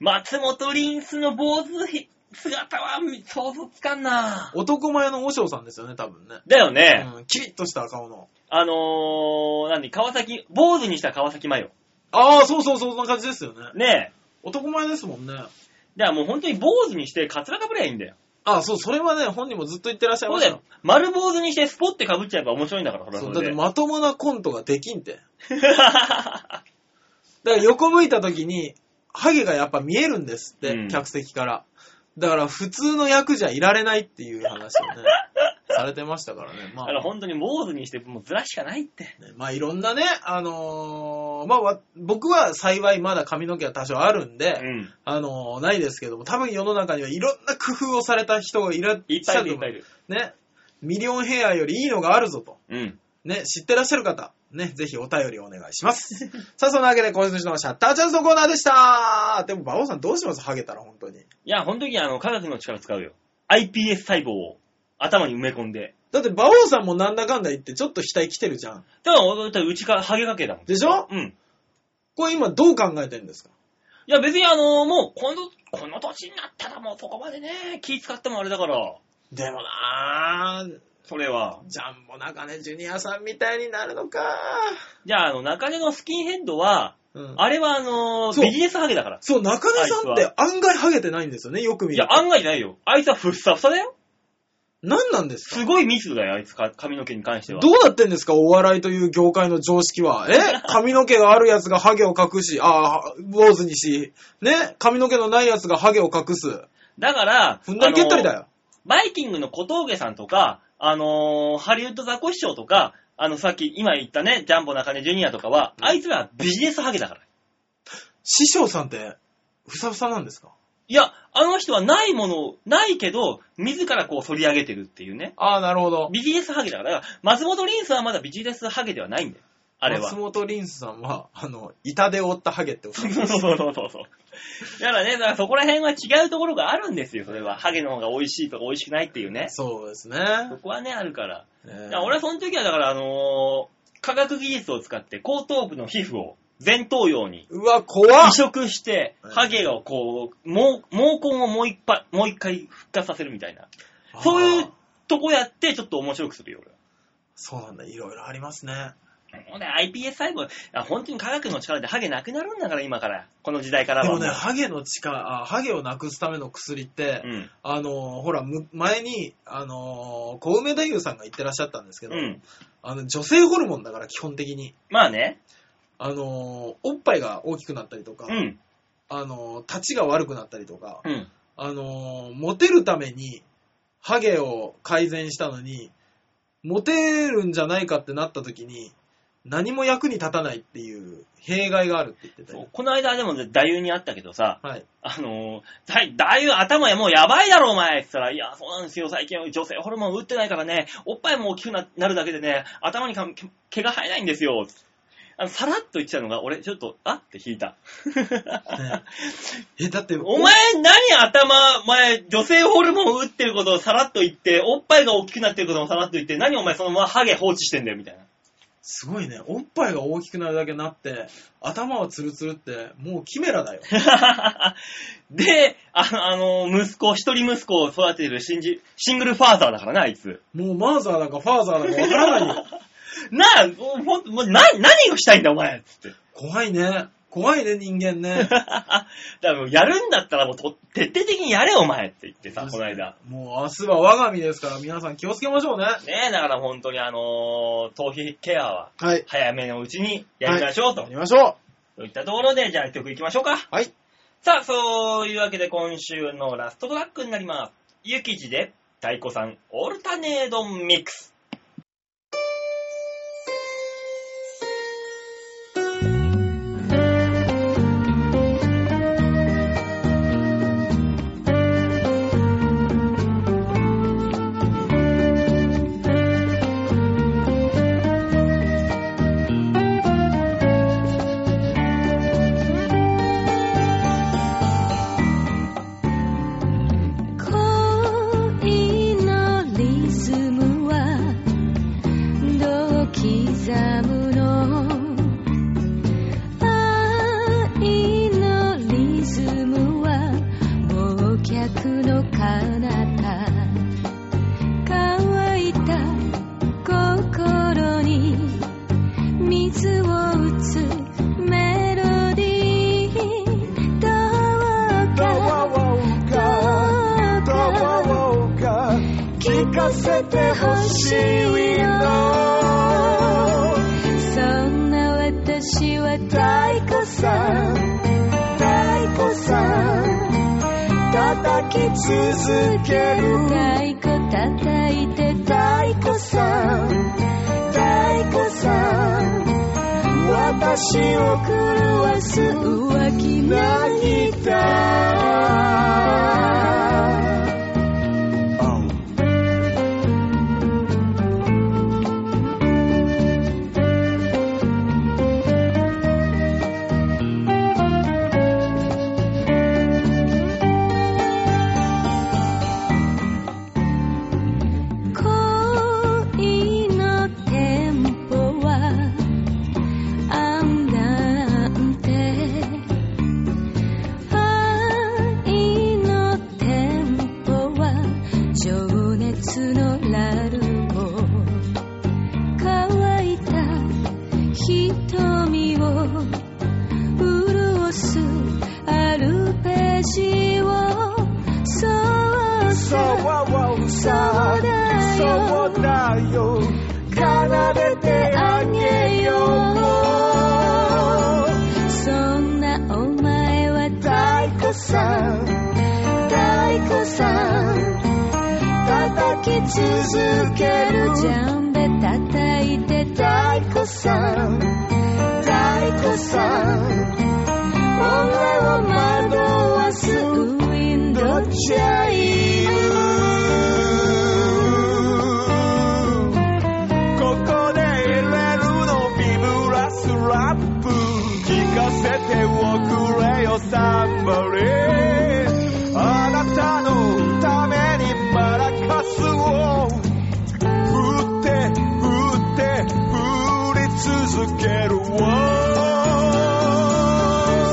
Speaker 2: 松本リンスの坊主ひ姿は想像つかんな。
Speaker 3: 男前の和尚さんですよね、多分ね。
Speaker 2: だよね。
Speaker 3: うん、キリッとした顔の。
Speaker 2: あのー、何、川崎、坊主にした川崎麻世。
Speaker 3: ああ、そうそうそう、そんな感じですよね。
Speaker 2: ねえ。
Speaker 3: 男前ですもんね。
Speaker 2: だからもう本当に坊主にして、カツラかぶりゃいいんだよ。
Speaker 3: ああ、そう、それはね、本人もずっと言ってらっしゃい
Speaker 2: そ
Speaker 3: ま
Speaker 2: う
Speaker 3: した
Speaker 2: だよ。丸坊主にして、スポってかぶっちゃえば面白いんだから、それは
Speaker 3: そう
Speaker 2: そ
Speaker 3: だっ
Speaker 2: れ
Speaker 3: て
Speaker 2: で。
Speaker 3: まともなコントができんて。だから横向いた時に、ハゲがやっぱ見えるんですって、
Speaker 2: うん
Speaker 3: 客席から。だから普通の役じゃいられないっていう 話をね、されてましたからね。ま
Speaker 2: だ
Speaker 3: あ
Speaker 2: か、ら本当に坊主にして、もうずらしかないって。
Speaker 3: ねまあいろんなね、あのーまあわ僕は幸いまだ髪の毛は多少あるんで、
Speaker 2: うん。
Speaker 3: あのーないですけども、多分世の中にはいろんな工夫をされた人がいらっ
Speaker 2: いっ
Speaker 3: し
Speaker 2: ぱい
Speaker 3: ゃ
Speaker 2: いる、い
Speaker 3: る
Speaker 2: っぱいいる。
Speaker 3: ね。ミリオンヘアよりいいのがあるぞと。
Speaker 2: うん。
Speaker 3: ね、知ってらっしゃる方、ね、ぜひお便りお願いします。 さあ、そんなわけで、今週のシャッターチャンスのコーナーでしたでも、馬王さんどうしますハゲたら、本当に。
Speaker 2: いや、本当にあの、科学の力使うよ。iPS 細胞を頭に埋め込んで。
Speaker 3: だって、馬王さんもなんだかんだ言って、ちょっと額来てるじゃん。
Speaker 2: ただ、俺だってうちからハゲかけだもん。
Speaker 3: でしょ
Speaker 2: うん。
Speaker 3: これ今どう考えてるんですか
Speaker 2: いや、別にあの、もう、この、この年になったらもうそこまでね、気使ってもあれだから、
Speaker 3: でもなぁ、
Speaker 2: それは。
Speaker 3: ジャンボ中根ジュニアさんみたいになるのか
Speaker 2: じゃあ、あの、中根のスキンヘッドは、
Speaker 3: うん
Speaker 2: あれはあのー
Speaker 3: そう
Speaker 2: ビジネスハゲだから。
Speaker 3: そう、中根さんって案外ハゲてないんですよね、よく見
Speaker 2: い
Speaker 3: る
Speaker 2: や、
Speaker 3: と。
Speaker 2: 案外ないよ。あいつはふっさふさだよ。
Speaker 3: 何なんですか
Speaker 2: すごい密度だよ、あいつか髪の毛に関しては。
Speaker 3: どうなってんですかお笑いという業界の常識は。え髪の毛があるやつがハゲを隠し、ああ、坊主にし、ね髪の毛のないやつがハゲを隠す。
Speaker 2: だから、
Speaker 3: ふんだり蹴ったりだよ。
Speaker 2: バイキングの小峠さんとか、あのーハリウッドザコシショウとか、あの、さっき、今言ったね、ジャンボ中根ジュニアとかは、あいつらビジネスハゲだから。
Speaker 3: 師匠さんって、ふさふさなんですか
Speaker 2: いや、あの人はないものを、ないけど、自らこう反り上げてるっていうね。
Speaker 3: ああ、なるほど。
Speaker 2: ビジネスハゲだから、だから松本凛さんはまだビジネスハゲではないんだよ。あれは
Speaker 3: 松。本凛さんは、あの、板で折ったハゲっておっ しゃ
Speaker 2: そう
Speaker 3: る
Speaker 2: そうそうそう そう。だからね、だからそこら辺は違うところがあるんですよ、それは。ハゲの方が美味しいとか美味しくないっていうね。
Speaker 3: そうですね。
Speaker 2: そこはね、あるから。
Speaker 3: え
Speaker 2: だ
Speaker 3: ー
Speaker 2: から俺はその時は、だからあのー科学技術を使って後頭部の皮膚を前頭葉に
Speaker 3: うわ、怖っ
Speaker 2: 移植して、
Speaker 3: うん
Speaker 2: ハゲをこう、毛毛根をもう一回、もう一回復活させるみたいな。そういう
Speaker 3: あー
Speaker 2: とこやって、ちょっと面白くするよ、俺は。
Speaker 3: そうなんだ、いろいろありますね。
Speaker 2: ほんで iPS 細胞、あ本当に科学の力でハゲなくなるんだから、今から。この時代から
Speaker 3: で
Speaker 2: は
Speaker 3: もね、ハゲの力、あハゲをなくすための薬って、
Speaker 2: うん。
Speaker 3: あのー、ほら、む前に、あのー、小梅太夫さんが言ってらっしゃったんですけど、
Speaker 2: うん。
Speaker 3: あの、女性ホルモンだから、基本的に。
Speaker 2: まあね。
Speaker 3: あのー、おっぱいが大きくなったりとか、
Speaker 2: うん。
Speaker 3: あのー、立ちが悪くなったりとか、
Speaker 2: うん。
Speaker 3: あのーモテるために、ハゲを改善したのに、モテるんじゃないかってなった時に、何も役に立たないっていう弊害があるって言ってた
Speaker 2: そう
Speaker 3: よ。
Speaker 2: この間でも、太夫にあったけどさ、
Speaker 3: はい。
Speaker 2: あのー、はい太夫頭やもうやばいだろ、お前って言ったら、いや、そうなんですよ、最近女性ホルモン打ってないからね、おっぱいも大きくななるだけでね、頭にか毛毛が生えないんですよ。あの、さらっと言ってたのが、俺、ちょっと、あって引いた。
Speaker 3: ねえ、だって、
Speaker 2: お前、何頭、前、女性ホルモン打ってることをさらっと言って、おっぱいが大きくなってることもさらっと言って、何お前そのままハゲ放置してんだよ、みたいな。
Speaker 3: すごいね。おっぱいが大きくなるだけなって、頭はツルツルって、もうキメラだよ。
Speaker 2: で、あの、あの息子、一人息子を育ててるシンジシングルファーザーだからな、あいつ。
Speaker 3: もうマーザーだかファーザーだかわから ないよ。
Speaker 2: なあ、もうほんと、もうな、何をしたいんだ、お前つって。
Speaker 3: 怖いね。怖いね、人間 ね。
Speaker 2: だからもうやるんだったらもうと、徹底的にやれ、お前って言ってさ、この間。。
Speaker 3: もう明日は我が身ですから、皆さん気をつけましょうね。
Speaker 2: ねえ、だから本当にあの頭皮ケアは、
Speaker 3: はい。
Speaker 2: 早めのうちにやりましょうと。
Speaker 3: やりましょ
Speaker 2: といったところで、じゃあ曲いきましょうか。
Speaker 3: う。はい。
Speaker 2: さあ、そういうわけで今週のラストトラックになります。ゆきじで、太鼓さん、オルタネードミックス。
Speaker 4: 恋のリズムはどう刻むの愛のリズムは忘却の彼方乾いた心に水を打つメロディーどうか
Speaker 5: どうか聞かせてほしいの
Speaker 4: そんな私は太鼓さん
Speaker 5: 太鼓さん叩き続ける
Speaker 4: 太鼓叩いて
Speaker 5: 太鼓さん太鼓さん私を狂わす
Speaker 4: 浮気
Speaker 5: 涙
Speaker 4: 恋のテンポはあんなんて愛のテさん太鼓さん叩き続けるジャンベ叩いて太鼓さん太鼓さん俺を惑わすウィンドチャイル
Speaker 5: ここで入れるのビブラスラップ聞かせておくれよサンバリーあなたのためにマラカスを振って振って振り続けるわ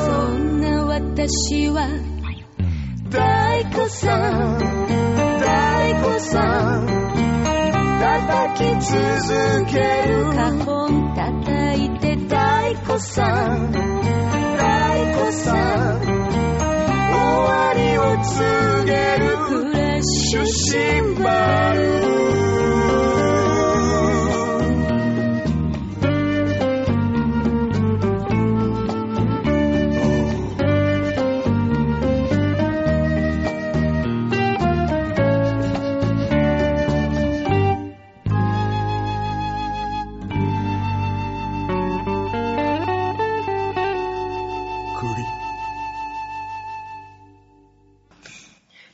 Speaker 4: そんな私は大鼓さん大鼓さん叩き続ける花本叩いて太鼓さん太鼓さん
Speaker 5: 終わりを告げる
Speaker 4: フレッシュシンバ
Speaker 5: バ
Speaker 4: ル
Speaker 5: ル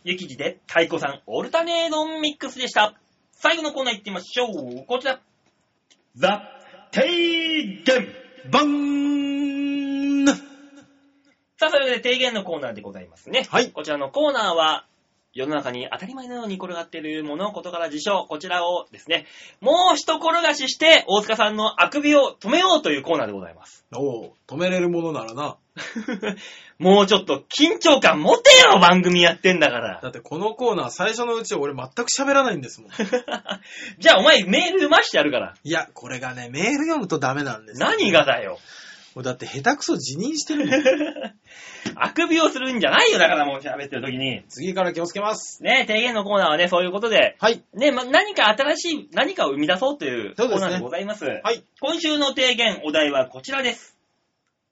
Speaker 2: ゆきじで太鼓さんオルタネードミックスでした。最後のコーナー行ってみましょう。こちら。ザ・提言
Speaker 3: バン
Speaker 2: さあ、それで提言のコーナーでございますね。
Speaker 3: はい
Speaker 2: こちらのコーナーは、世の中に当たり前のように転がっている物事から事象、こちらをですね、もう一転がしして、大塚さんのあくびを止めようというコーナーでございます。
Speaker 3: おう、止めれるものならな。
Speaker 2: もうちょっと緊張感持てよ番組やってんだから
Speaker 3: だ。ってこのコーナー最初のうち俺全く喋らないんです もん。
Speaker 2: じゃあお前メール読ましてやるから。
Speaker 3: いや、これがね、メール読むとダメなんですよ。
Speaker 2: 何がだよ。
Speaker 3: もうだって下手くそ辞任してるもん。
Speaker 2: あくびをするんじゃないよ、だからもう喋ってる時に。
Speaker 3: 次から気をつけます。
Speaker 2: ね、提言のコーナーはね、そういうことで、
Speaker 3: はい。
Speaker 2: ね、ま、何か新しい、何かを生み出そうというコ
Speaker 3: そうで
Speaker 2: ー
Speaker 3: すね
Speaker 2: ナーでございます。
Speaker 3: はい。
Speaker 2: 今週の提言、お題はこちらです。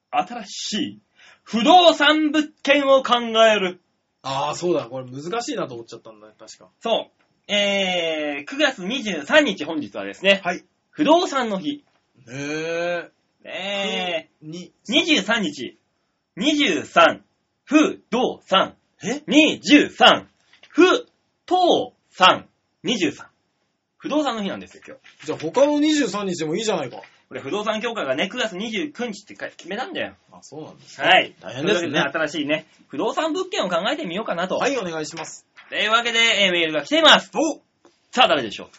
Speaker 2: 新しい不動産物件を考える。
Speaker 3: ああ、そうだ。これ難しいなと思っちゃったんだね、確か。
Speaker 2: そう。えー、9月23日本日はですね、
Speaker 3: はい。
Speaker 2: 不動産の日。
Speaker 3: へ
Speaker 2: え
Speaker 3: え。に、
Speaker 2: ー、23日、23、不動産、
Speaker 3: え
Speaker 2: 23、不動産、23。不動産の日なんですよ、今日。
Speaker 3: じゃあ他の23日でもいいじゃないか。
Speaker 2: これ不動産協会がね、9月29日ってか決めたんだよ。
Speaker 3: あ、そうなんです。
Speaker 2: はい。
Speaker 3: 大変ですね
Speaker 2: というわけ新しいね、不動産物件を考えてみようかなと。
Speaker 3: はい、お願いします。
Speaker 2: というわけで、えーメールが来ています。
Speaker 3: お
Speaker 2: さあ、誰でしょう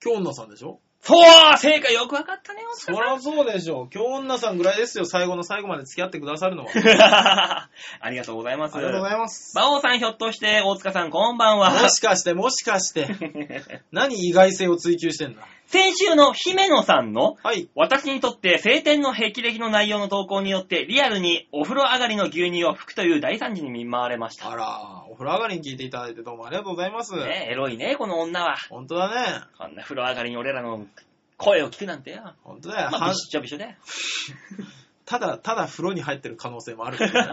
Speaker 3: 京女さんでしょ
Speaker 2: そう正解よくわかったね、お
Speaker 3: そ
Speaker 2: 疲
Speaker 3: りゃそうでしょう。京女さんぐらいですよ、最後の最後まで付き合ってくださるのは。
Speaker 2: れ 様ありがとうございます。
Speaker 3: ありがとうございます。
Speaker 2: 馬王さん、ひょっとして、大塚さん、こんばんは。
Speaker 3: もしかして、もしかして、何意外性を追求してんだ。
Speaker 2: 先週の姫野さんの、
Speaker 3: はい。
Speaker 2: 私にとって晴天の霹靂の内容の投稿によって、リアルにお風呂上がりの牛乳を吹くという大惨事に見舞われました。
Speaker 3: あら、お風呂上がりに聞いていただいてどうもありがとうございます。
Speaker 2: ねえ、エロいね、この女は。
Speaker 3: 本当だね。
Speaker 2: こんな風呂上がりに俺らの声を聞くなんてよ。
Speaker 3: 本当だよ。
Speaker 2: まあ、
Speaker 3: は
Speaker 2: び
Speaker 3: ん
Speaker 2: しょびしょだよ。
Speaker 3: ただ、ただ風呂に入ってる可能性もあるけどね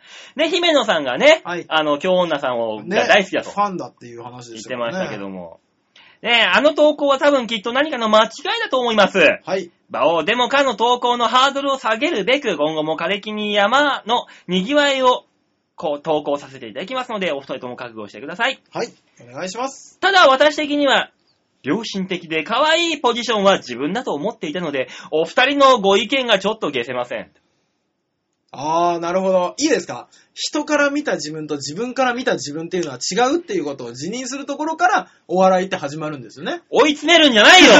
Speaker 2: ね、姫野さんがね、
Speaker 3: はい
Speaker 2: あの、京女さんを、 が大好きだと
Speaker 3: ファンだっていう話で
Speaker 2: 言っ
Speaker 3: してた
Speaker 2: ま
Speaker 3: もん
Speaker 2: したけ
Speaker 3: ね。
Speaker 2: ども。ねあの投稿は多分きっと何かの間違いだと思います。
Speaker 3: はい。
Speaker 2: 馬王でもかの投稿のハードルを下げるべく、今後も枯れ木に山の賑わいを、こう、投稿させていただきますので、お二人とも覚悟してください。
Speaker 3: はい。お願いします。
Speaker 2: ただ私的には、良心的で可愛いポジションは自分だと思っていたので、お二人のご意見がちょっと消せません。
Speaker 3: あー、なるほど。いいですか人から見た自分と自分から見た自分っていうのは違うっていうことを辞任するところからお笑いって始まるんですよね。
Speaker 2: 追い詰めるんじゃない よ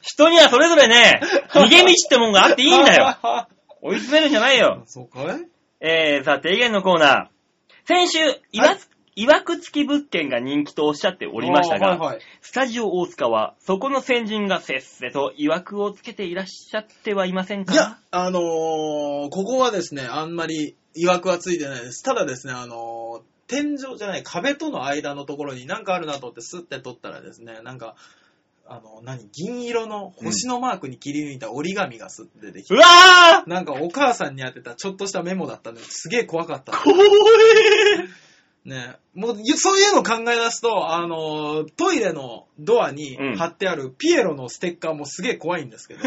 Speaker 2: 人にはそれぞれね、逃げ道ってもんがあっていいんだ よ追い詰めるんじゃないよ
Speaker 3: そうかい
Speaker 2: えー、さあ、提言のコーナー。先週、いわ,、
Speaker 3: はい
Speaker 2: いわくつき物件が人気とおっしゃっておりましたが、
Speaker 3: あーはいはい
Speaker 2: スタジオ大塚は、そこの先人がせっせといわくをつけていらっしゃってはいませんか
Speaker 3: いや、あのーここはですね、あんまり疑惑はついてないです。ただですね、あのー天井じゃない、壁との間のところになんかあるなと思ってスッて取ったらですね、なんか、あの、何銀色の星のマークに切り抜いた折り紙がすって出てきて、
Speaker 2: うわー
Speaker 3: なんかお母さんに当てたちょっとしたメモだったんで、すげえ怖かった。
Speaker 2: 怖え
Speaker 3: ねもう、そういうの考え出すと、あの、トイレのドアに
Speaker 2: うん
Speaker 3: 貼ってあるピエロのステッカーもすげえ怖い んですけど。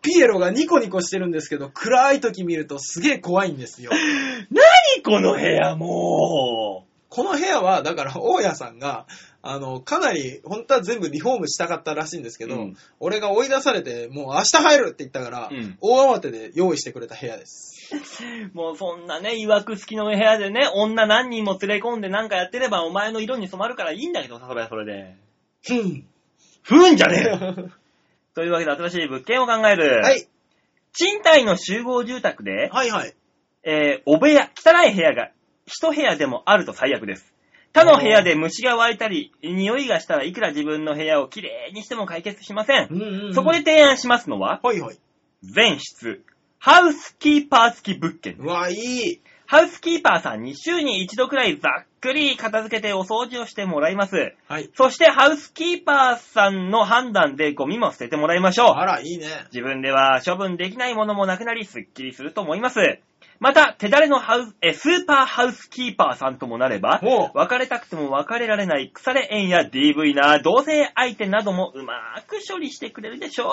Speaker 3: ピエロがニコニコしてるんですけど、暗い時見るとすげえ怖いんですよ。
Speaker 2: 何この部屋も
Speaker 3: この部屋は、だから、大家さんが、あの、かなり、本当は全部リフォームしたかったらしいんですけど、
Speaker 2: うん
Speaker 3: 俺が追い出されて、もう明日入るって言ったから、
Speaker 2: うん
Speaker 3: 大慌てで用意してくれた部屋です。
Speaker 2: う。もうそんなね、曰く付きの部屋でね、女何人も連れ込んでなんかやってればお前の色に染まるからいいんだけどさ、それはそれで。
Speaker 3: ふん。
Speaker 2: ふーんじゃね えよというわけで新しい物件を考える。
Speaker 3: はい。
Speaker 2: 賃貸の集合住宅で、
Speaker 3: はいはい。
Speaker 2: えー、お部屋、汚い部屋が一部屋でもあると最悪です。他の部屋で虫が湧いたり、匂いがしたらいくら自分の部屋をきれいにしても解決しません。
Speaker 3: うんうんうん
Speaker 2: そこで。提案しますのは、
Speaker 3: はいはい。
Speaker 2: 全室、ハウスキーパー付き物件で
Speaker 3: う
Speaker 2: す。
Speaker 3: わ、いい。
Speaker 2: ハウスキーパーさんに週に一度くらいざっくり片付けてお掃除をしてもらいます。
Speaker 3: はい。
Speaker 2: そしてハウスキーパーさんの判断でゴミも捨ててもらいましょう。
Speaker 3: あら、いいね。
Speaker 2: 自分では処分できないものもなくなり、すっきりすると思います。また、手だれのハウス、え、スーパーハウスキーパーさんともなれば、
Speaker 3: おう
Speaker 2: 別れたくても別れられない腐れ縁や DV な同性相手などもうまく処理してくれるでしょ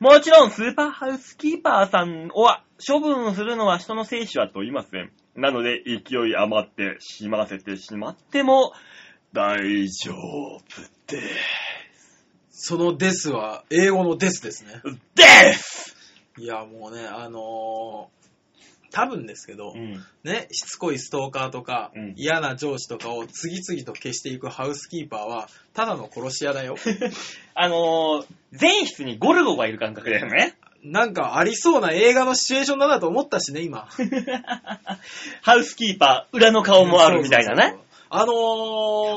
Speaker 2: う。もちろん、スーパーハウスキーパーさんは、処分をするのは人の生死は問いません。なので、勢い余って、しませてしまっても、大丈夫で
Speaker 3: そのですは、英語のですですね。
Speaker 2: す。です
Speaker 3: いや、もうね、あのー多分ですけど、
Speaker 2: ん。
Speaker 3: ね、しつこいストーカーとか、
Speaker 2: うん
Speaker 3: 嫌な上司とかを次々と消していくハウスキーパーは、ただの殺し屋だよ。
Speaker 2: あのー、全室にゴルゴがいる感覚だよね。
Speaker 3: なんかありそうな映画のシチュエーションだなと思ったしね、今。
Speaker 2: ハウスキーパー、裏の顔もあるみたいな
Speaker 3: そうそう
Speaker 2: ね
Speaker 3: そ。う。あのー、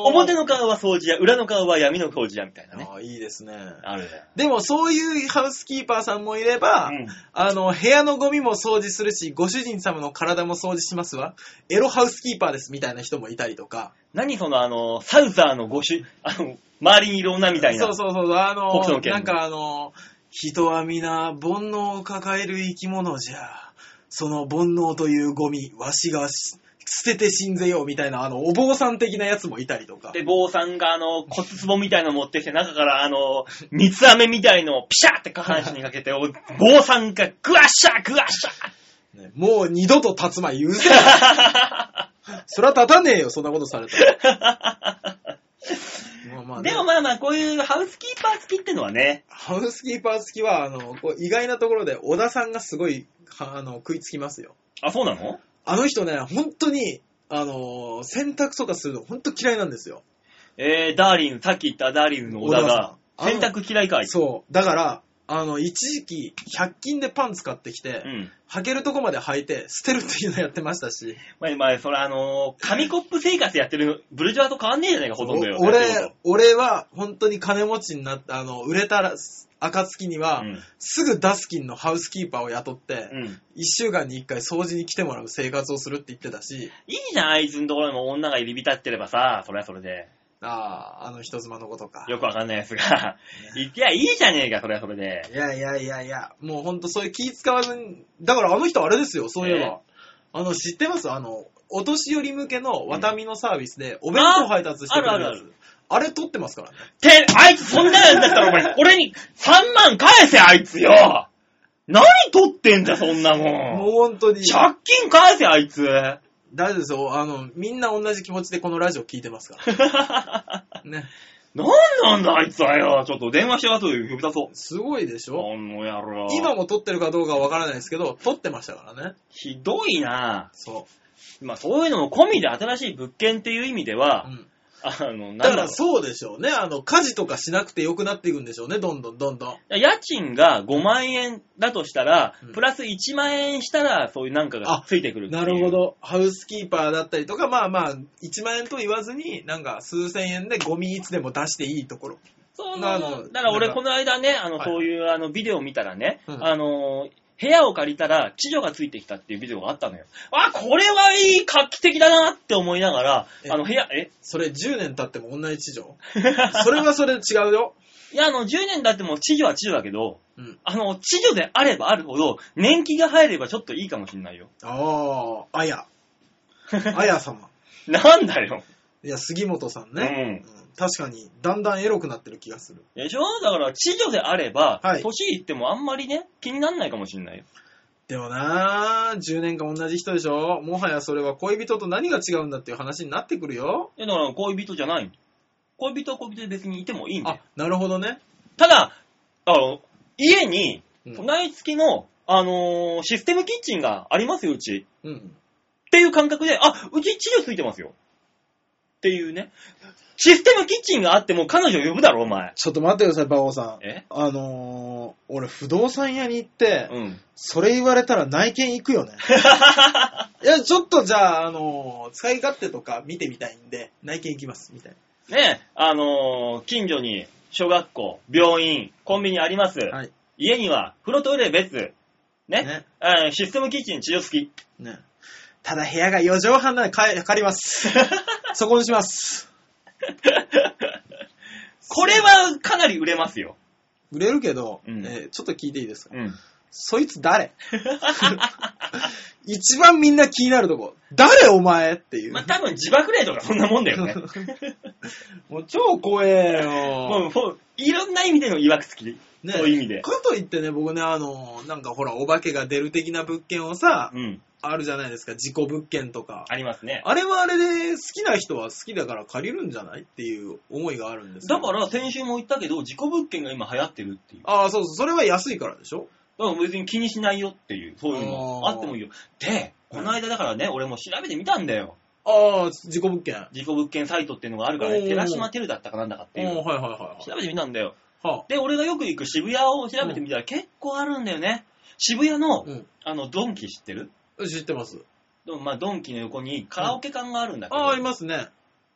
Speaker 2: 表の顔は掃除屋、裏の顔は闇の掃除屋みたいなね。
Speaker 3: あーいいですね。
Speaker 2: あるね。
Speaker 3: でもそういうハウスキーパーさんもいれば、
Speaker 2: うん
Speaker 3: あの、部屋のゴミも掃除するし、ご主人様の体も掃除しますわ。エロハウスキーパーですみたいな人もいたりとか。
Speaker 2: 何そのあのー、サウザーのご主、 あの、周りにいる女みたいな。
Speaker 3: そうそうそう、あの
Speaker 2: 北斗の
Speaker 3: ー、
Speaker 2: 拳
Speaker 3: なんかあのー、人は皆煩悩を抱える生き物じゃ。その煩悩というゴミ、わしがし捨てて死んぜようみたいな、あの、お坊さん的なやつもいたりとか。
Speaker 2: で、坊さんがあの、骨壺みたいの持ってきて、中からあの、三つ飴みたいのをピシャーって下半身にか けて、お坊さんがグワッシャーグワッシ
Speaker 3: ねもう二度と立つまい 言うぜ。そりゃ立たねえよ、そんなことされたら。 まあま
Speaker 2: ャ
Speaker 3: あ
Speaker 2: ー
Speaker 3: ね
Speaker 2: でもまあまあ、こういうハウスキーパー付きってのはね、
Speaker 3: ハウスキーパー好きは、あの、こう意外なところで、小田さんがすごい、はあの、食いつきますよ。
Speaker 2: あ、そうなの
Speaker 3: あの人ね、本当に、あの、洗濯とかするの本当嫌いなんですよ。
Speaker 2: えー、ダーリン、さっき言ったダーリンの小田が、
Speaker 3: 小田さ
Speaker 2: 洗
Speaker 3: ん
Speaker 2: 濯嫌いかい。
Speaker 3: そう。だから、あの、一時期、100均でパン使ってきて、
Speaker 2: うん。
Speaker 3: 履けるとこまで履いて、捨てるっていうのやってましたし、
Speaker 2: 前前、それあのー紙コップ生活やってるブルジョアと変わんねえじゃないか、ほとんどよ。
Speaker 3: お
Speaker 2: やってる
Speaker 3: 俺、俺は本当に金持ちになった、あの、売れたら、暁に
Speaker 2: こ
Speaker 3: は、
Speaker 2: と
Speaker 3: すぐダスキンのハウスキーパーを雇って、
Speaker 2: うん。うん。
Speaker 3: 一週間に一回掃除に来てもらう生活をするって言ってたし、
Speaker 2: いいじゃん、あいつのところにも女が入り浸ってればさ、それはそれで。
Speaker 3: ああ、あの人妻のことか。
Speaker 2: よくわかんないやつ が。いや、いいじゃねえか、それはそれで。
Speaker 3: いやいやいやいや、もうほんとそういう気使わずに、だからあの人あれですよ、そういえば。
Speaker 2: え
Speaker 3: あの、知ってますあの、お年寄り向けのワタミのサービスで、お弁当配達してくれる
Speaker 2: ああ
Speaker 3: や
Speaker 2: るあるあ
Speaker 3: つ。あれ取ってますからね。
Speaker 2: て、あいつそんなやつだったら、お前、俺に3万返せ、あいつよ何取ってんだ、そんな
Speaker 3: もう
Speaker 2: もん。
Speaker 3: 本当に。
Speaker 2: 借金返せ、あいつ。
Speaker 3: 大丈夫ですよ。あの、みんな同じ気持ちでこのラジオ聞いてますから。 ね。
Speaker 2: なんなんだ、あいつはよ。ちょっと電話して後で呼び出そう。
Speaker 3: すごいでしょ
Speaker 2: この野郎。
Speaker 3: 今も撮ってるかどうかはわからないですけど、撮ってましたからね。
Speaker 2: ひどいな
Speaker 3: そ
Speaker 2: まあそういうのも込みで新しい物件っていう意味で
Speaker 3: う。
Speaker 2: は
Speaker 3: う、ん
Speaker 2: あの、なん
Speaker 3: だ
Speaker 2: だ
Speaker 3: か
Speaker 2: ろう
Speaker 3: ら。そうでしょうね。あの、家事とかしなくて良くなっていくんでしょうね。どんどんどんどん。
Speaker 2: 家賃が5万円だとしたら、
Speaker 3: うん
Speaker 2: プラス1万円したら、そういうなんかがついてくるっていう
Speaker 3: なるほ。ど。ハウスキーパーだったりとか、まあまあ、1万円と言わずに、なんか数千円でゴミいつでも出していいところ。
Speaker 2: そう
Speaker 3: な
Speaker 2: な
Speaker 3: るほど
Speaker 2: の。だから俺
Speaker 3: なんか
Speaker 2: この間ね、あの、
Speaker 3: はい
Speaker 2: そういうあのビデオ見たらね、
Speaker 3: うん
Speaker 2: あの、部屋を借りたら、知女がついてきたっていうビデオがあったのよ。あ、これはいい、画期的だなって思いながら、あの部屋、え
Speaker 3: それ10年経っても同じ地上それはそれで違うよ。
Speaker 2: いや、あの、10年経っても知女は知女だけど、
Speaker 3: うん。
Speaker 2: あの、知女であればあるほど、年季が入ればちょっといいかもしんないよ。
Speaker 3: ああ、あや。あや様。
Speaker 2: なんだよ。
Speaker 3: いや、杉本さんね、うん確かに、だんだんエロくなってる気がする。
Speaker 2: でしょだから、知女であれば、
Speaker 3: はい
Speaker 2: 年いってもあんまりね、気になんないかもしんないよ。
Speaker 3: でもなぁ、10年間同じ人でしょもはやそれは恋人と何が違うんだっていう話になってくるよ。
Speaker 2: いや、だから恋人じゃないの恋人は恋人で別にいてもいいんだよ
Speaker 3: あ。、なるほどね。
Speaker 2: ただ、あの、家に、
Speaker 3: うん
Speaker 2: 備え付きの、あのーシステムキッチンがありますよ、うち。
Speaker 3: うん。
Speaker 2: っていう感覚で、あ、うち治療ついてますよ。っていうね。システムキッチンがあっても彼女呼ぶだろ、お前。
Speaker 3: ちょっと待ってください、馬王さん。
Speaker 2: え
Speaker 3: あのー、俺、不動産屋に行って、
Speaker 2: うん。
Speaker 3: それ言われたら内見行く よね。いや、ちょっとじゃあ、あのー、使い勝手とか見てみたいんで、内見行きます、みたい
Speaker 2: ねあのー近所に小学校、病院、コンビニあります。
Speaker 3: な。はい。
Speaker 2: 家には風呂トイレ別。ね
Speaker 3: ね
Speaker 2: あーシステムキッチン治療付 き。
Speaker 3: ね。ただ部屋が4畳半なら帰借り ます。そこにし ます。
Speaker 2: これはかなり売れますよ。
Speaker 3: 売れるけど、
Speaker 2: うん
Speaker 3: えーちょっと聞いていいですか、
Speaker 2: うん。
Speaker 3: そいつ誰一番みんな気になるとこ。誰お前ってい う。
Speaker 2: まあ、多分自爆霊とかそんなもんだよね。
Speaker 3: もう超怖えよ。
Speaker 2: もう、もういろんな意味での曰くつき。
Speaker 3: ね
Speaker 2: そういう意味で。
Speaker 3: かといってね、僕ね、あの、なんかほら、お化けが出る的な物件をさ、
Speaker 2: うん。
Speaker 3: あるじゃないですか、事故物件とか。
Speaker 2: ありますね。
Speaker 3: あれはあれで、好きな人は好きだから借りるんじゃないっていう思いがあるんですよ
Speaker 2: だから、先週も言ったけど、自己物件が今流行ってるっていう。
Speaker 3: ああ、そうそう、それは安いからでしょ
Speaker 2: だから別に気にしないよっていう、そういうの。
Speaker 3: あー
Speaker 2: あってもいいよ。で、この間だからね、俺も調べてみたんだよ。
Speaker 3: ああ、事故物件。あ
Speaker 2: 自己物件サイトっていうのがあるから
Speaker 3: お
Speaker 2: ね、
Speaker 3: ー
Speaker 2: 寺島テルだったかなんだかっ
Speaker 3: あ、
Speaker 2: て
Speaker 3: はい
Speaker 2: い。
Speaker 3: はいうはいはい。
Speaker 2: 調べてみたんだよ。
Speaker 3: は
Speaker 2: で、俺がよく行く渋谷を調べてみたら結構あるんだよね。渋谷
Speaker 3: あ
Speaker 2: の、
Speaker 3: うん
Speaker 2: あの、ドンキ知ってる
Speaker 3: 知ってます。
Speaker 2: でもまあ、ドンキの横にカラオケ館があるんだけど、
Speaker 3: ああ、い
Speaker 2: こ
Speaker 3: ますね。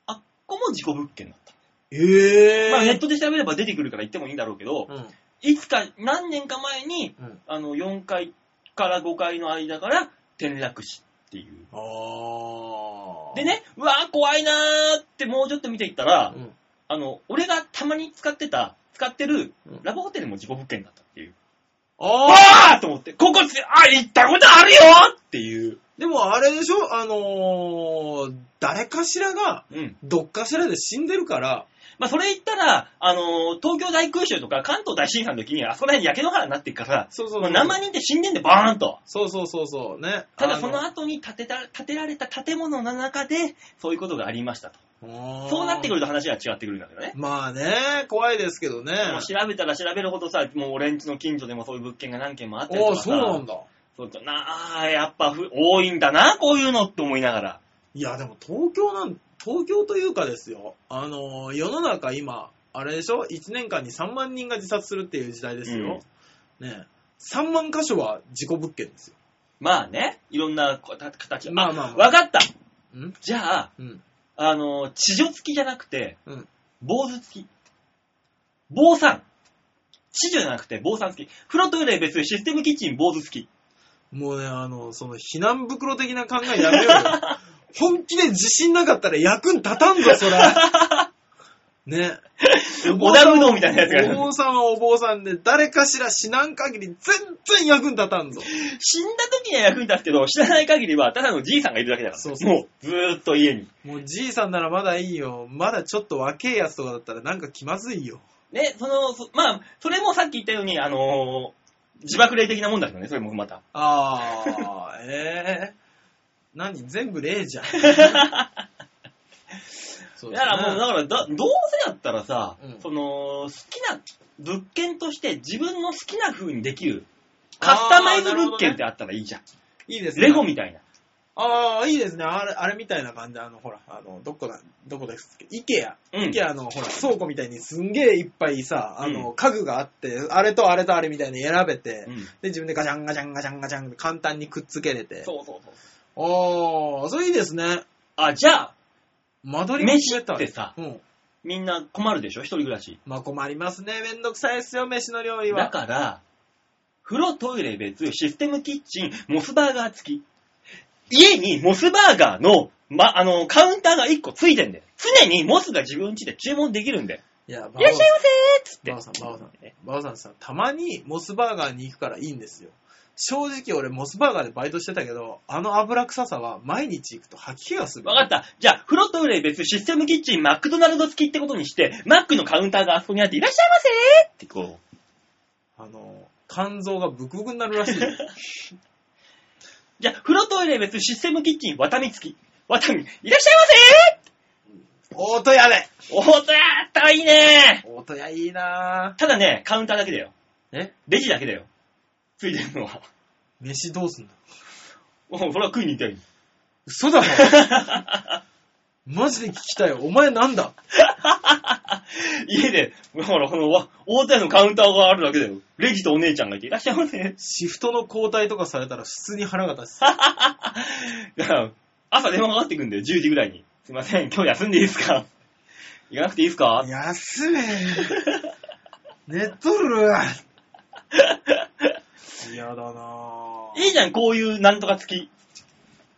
Speaker 2: こも自己物件だった。
Speaker 3: ええ
Speaker 2: まあ、ネットで調べれば出てくるから行ってもいいんだろうけど、
Speaker 3: うん。
Speaker 2: いつか、何年か前に、
Speaker 3: うん
Speaker 2: あの、4階から5階の間から転落死っていう。
Speaker 3: ああ。
Speaker 2: で、ね、うわー怖いなーってもうちょっと見ていったら、
Speaker 3: うん。
Speaker 2: あの、俺がたまに使ってた、使ってる
Speaker 3: うん
Speaker 2: ラブホテルも事故物件だったっていう。
Speaker 3: ああ
Speaker 2: あーと思って、ここつ、あ、行ったことあるよーっていう。
Speaker 3: でもあれでしょあのー、誰かしらが、
Speaker 2: うん。
Speaker 3: どっかしらで死んでるから、
Speaker 2: まあ、それ言ったら、あのー東京大空襲とか関東大震災の時にはあそこら辺焼け野原になってるから、
Speaker 3: そうそう
Speaker 2: も
Speaker 3: そうう。
Speaker 2: 何万人って死んでんでバーンと。
Speaker 3: そうそうそうそう。ね。
Speaker 2: ただその
Speaker 3: あ
Speaker 2: 後に建てた、建てられた建物の中で、そういうことがありましたと。
Speaker 3: の
Speaker 2: そうなってくる
Speaker 3: る。
Speaker 2: と話が違ってくるんだけどね。
Speaker 3: まあね、怖いですけどね。
Speaker 2: もう調べたら調べるほどさ、もう俺んちの近所でもそういう物件が何件もあったり
Speaker 3: あ
Speaker 2: と
Speaker 3: あ、
Speaker 2: かさ。
Speaker 3: そうなんだ。
Speaker 2: そうだな、ああ、やっぱふ多いんだな、こういうのって思いながら。
Speaker 3: いや、でも東京なん、東京というかですよ、あのー、世の中今、あれでしょ ?1 年間に3万人が自殺するっていう時代ですよ。ねえ3万箇所は事故物件ですよ。
Speaker 2: まあね、いろんなこた形。
Speaker 3: まあまあまあ
Speaker 2: わかった
Speaker 3: ん
Speaker 2: じゃあ、
Speaker 3: うん。
Speaker 2: あの、地女付きじゃなくて、
Speaker 3: うん
Speaker 2: 坊主付き。坊さん。地女じゃなくて坊さん付き。風呂トイレ別、システムキッチン坊主付き。
Speaker 3: もうね、あの、その避難袋的な考えやめよ うよ。本気で自信なかったら役に立たん ぞ、それ。ね。
Speaker 2: おだぶのみたいなやつがあ
Speaker 3: お
Speaker 2: る。
Speaker 3: 坊さんはお坊さんで、誰かしら死なん限り全然役に立たんぞ。
Speaker 2: 死んだ時には役に立つけど、知らない限りは、ただのじいさんがいるだけだから。
Speaker 3: そうそう
Speaker 2: もう、ずーっと家に。
Speaker 3: もうじいさんならまだいいよ。まだちょっと若えやつとかだったらなんか気まずいよ。
Speaker 2: ね、その、そまあ、それもさっき言ったように、あのー自爆霊的なもんだけどね、それもまた。
Speaker 3: ああ、 ええ何全部例じゃん。そ
Speaker 2: だからもう、だからだ、どうせだったらさ、
Speaker 3: うん
Speaker 2: その、好きな物件として自分の好きな風にできる、カスタマイズ物件ってあったらいいじゃん。
Speaker 3: いいですね。
Speaker 2: レゴみたいな。
Speaker 3: ああ、いいですね。あれ、あれみたいな感じ。あの、ほら、あの、どこだ、どこですっけイケア。
Speaker 2: うん
Speaker 3: イケアの、ほら、倉庫みたいにすんげえいっぱいさ、あの、
Speaker 2: う
Speaker 3: 家具があって、あれとあれとあれみたいに選べて、
Speaker 2: うん
Speaker 3: で、自分でガチャンガチャンガチャンガチャンって簡単にくっつけれて。
Speaker 2: そうそうそう。
Speaker 3: ああ、それいいですね。
Speaker 2: あ、じゃあ、
Speaker 3: 間取りも
Speaker 2: 飯
Speaker 3: 決めた
Speaker 2: っ
Speaker 3: ら
Speaker 2: てさ、
Speaker 3: うん。
Speaker 2: みんな困るでしょ一人暮らし。
Speaker 3: まあ困りますね。めんどくさいですよ、飯の料理
Speaker 2: だ
Speaker 3: は。
Speaker 2: から、風呂、トイレ別、システムキッチン、モスバーガー付き。家にモスバーガーの、ま、あの、カウンターが1個付いてんだよ。常にモスが自分家で注文できるんだよ。
Speaker 3: いや、
Speaker 2: いらっしゃいませーっつって。
Speaker 3: バオさん、バオさん、バオさんさ、たまにモスバーガーに行くからいいんですよ。正直俺モスバーガーでバイトしてたけど、あの油臭さは毎日行くと吐き気がする。
Speaker 2: わかった。じゃあ、風呂トイレ別、システムキッチン、マクドナルド付きってことにして、マックのカウンターがあそこにあって、いらっしゃいませーってこう。
Speaker 3: あの、肝臓がブクブクになるらしいよ。
Speaker 2: じゃあ、風呂トイレ別、システムキッチン、ワタミ付き。ワタミ、いらっしゃいま
Speaker 3: 大戸屋で
Speaker 2: せーおーとやったいいね
Speaker 3: 大戸屋いいなぁ。
Speaker 2: ただね、カウンターだけだよ。
Speaker 3: え
Speaker 2: レジだけだよ。ついてるのは。
Speaker 3: 飯どうすんだ
Speaker 2: おそれは食いに行 ったよ。
Speaker 3: 嘘だろマジで聞きたいよ。お前なんだ
Speaker 2: 家で、ほら、この、わ大手のカウンターがあるだけだよ。レジとお姉ちゃんがいて、いらっしゃいま せ。
Speaker 3: シフトの交代とかされたら普通に腹が立つ。
Speaker 2: だから朝電話がかかってくんだよ、10時ぐらいに。すいません、今日休んでいいですか行かなくていいですか
Speaker 3: 休め寝とる嫌だな い
Speaker 2: いじゃん、こういうなんとか付き。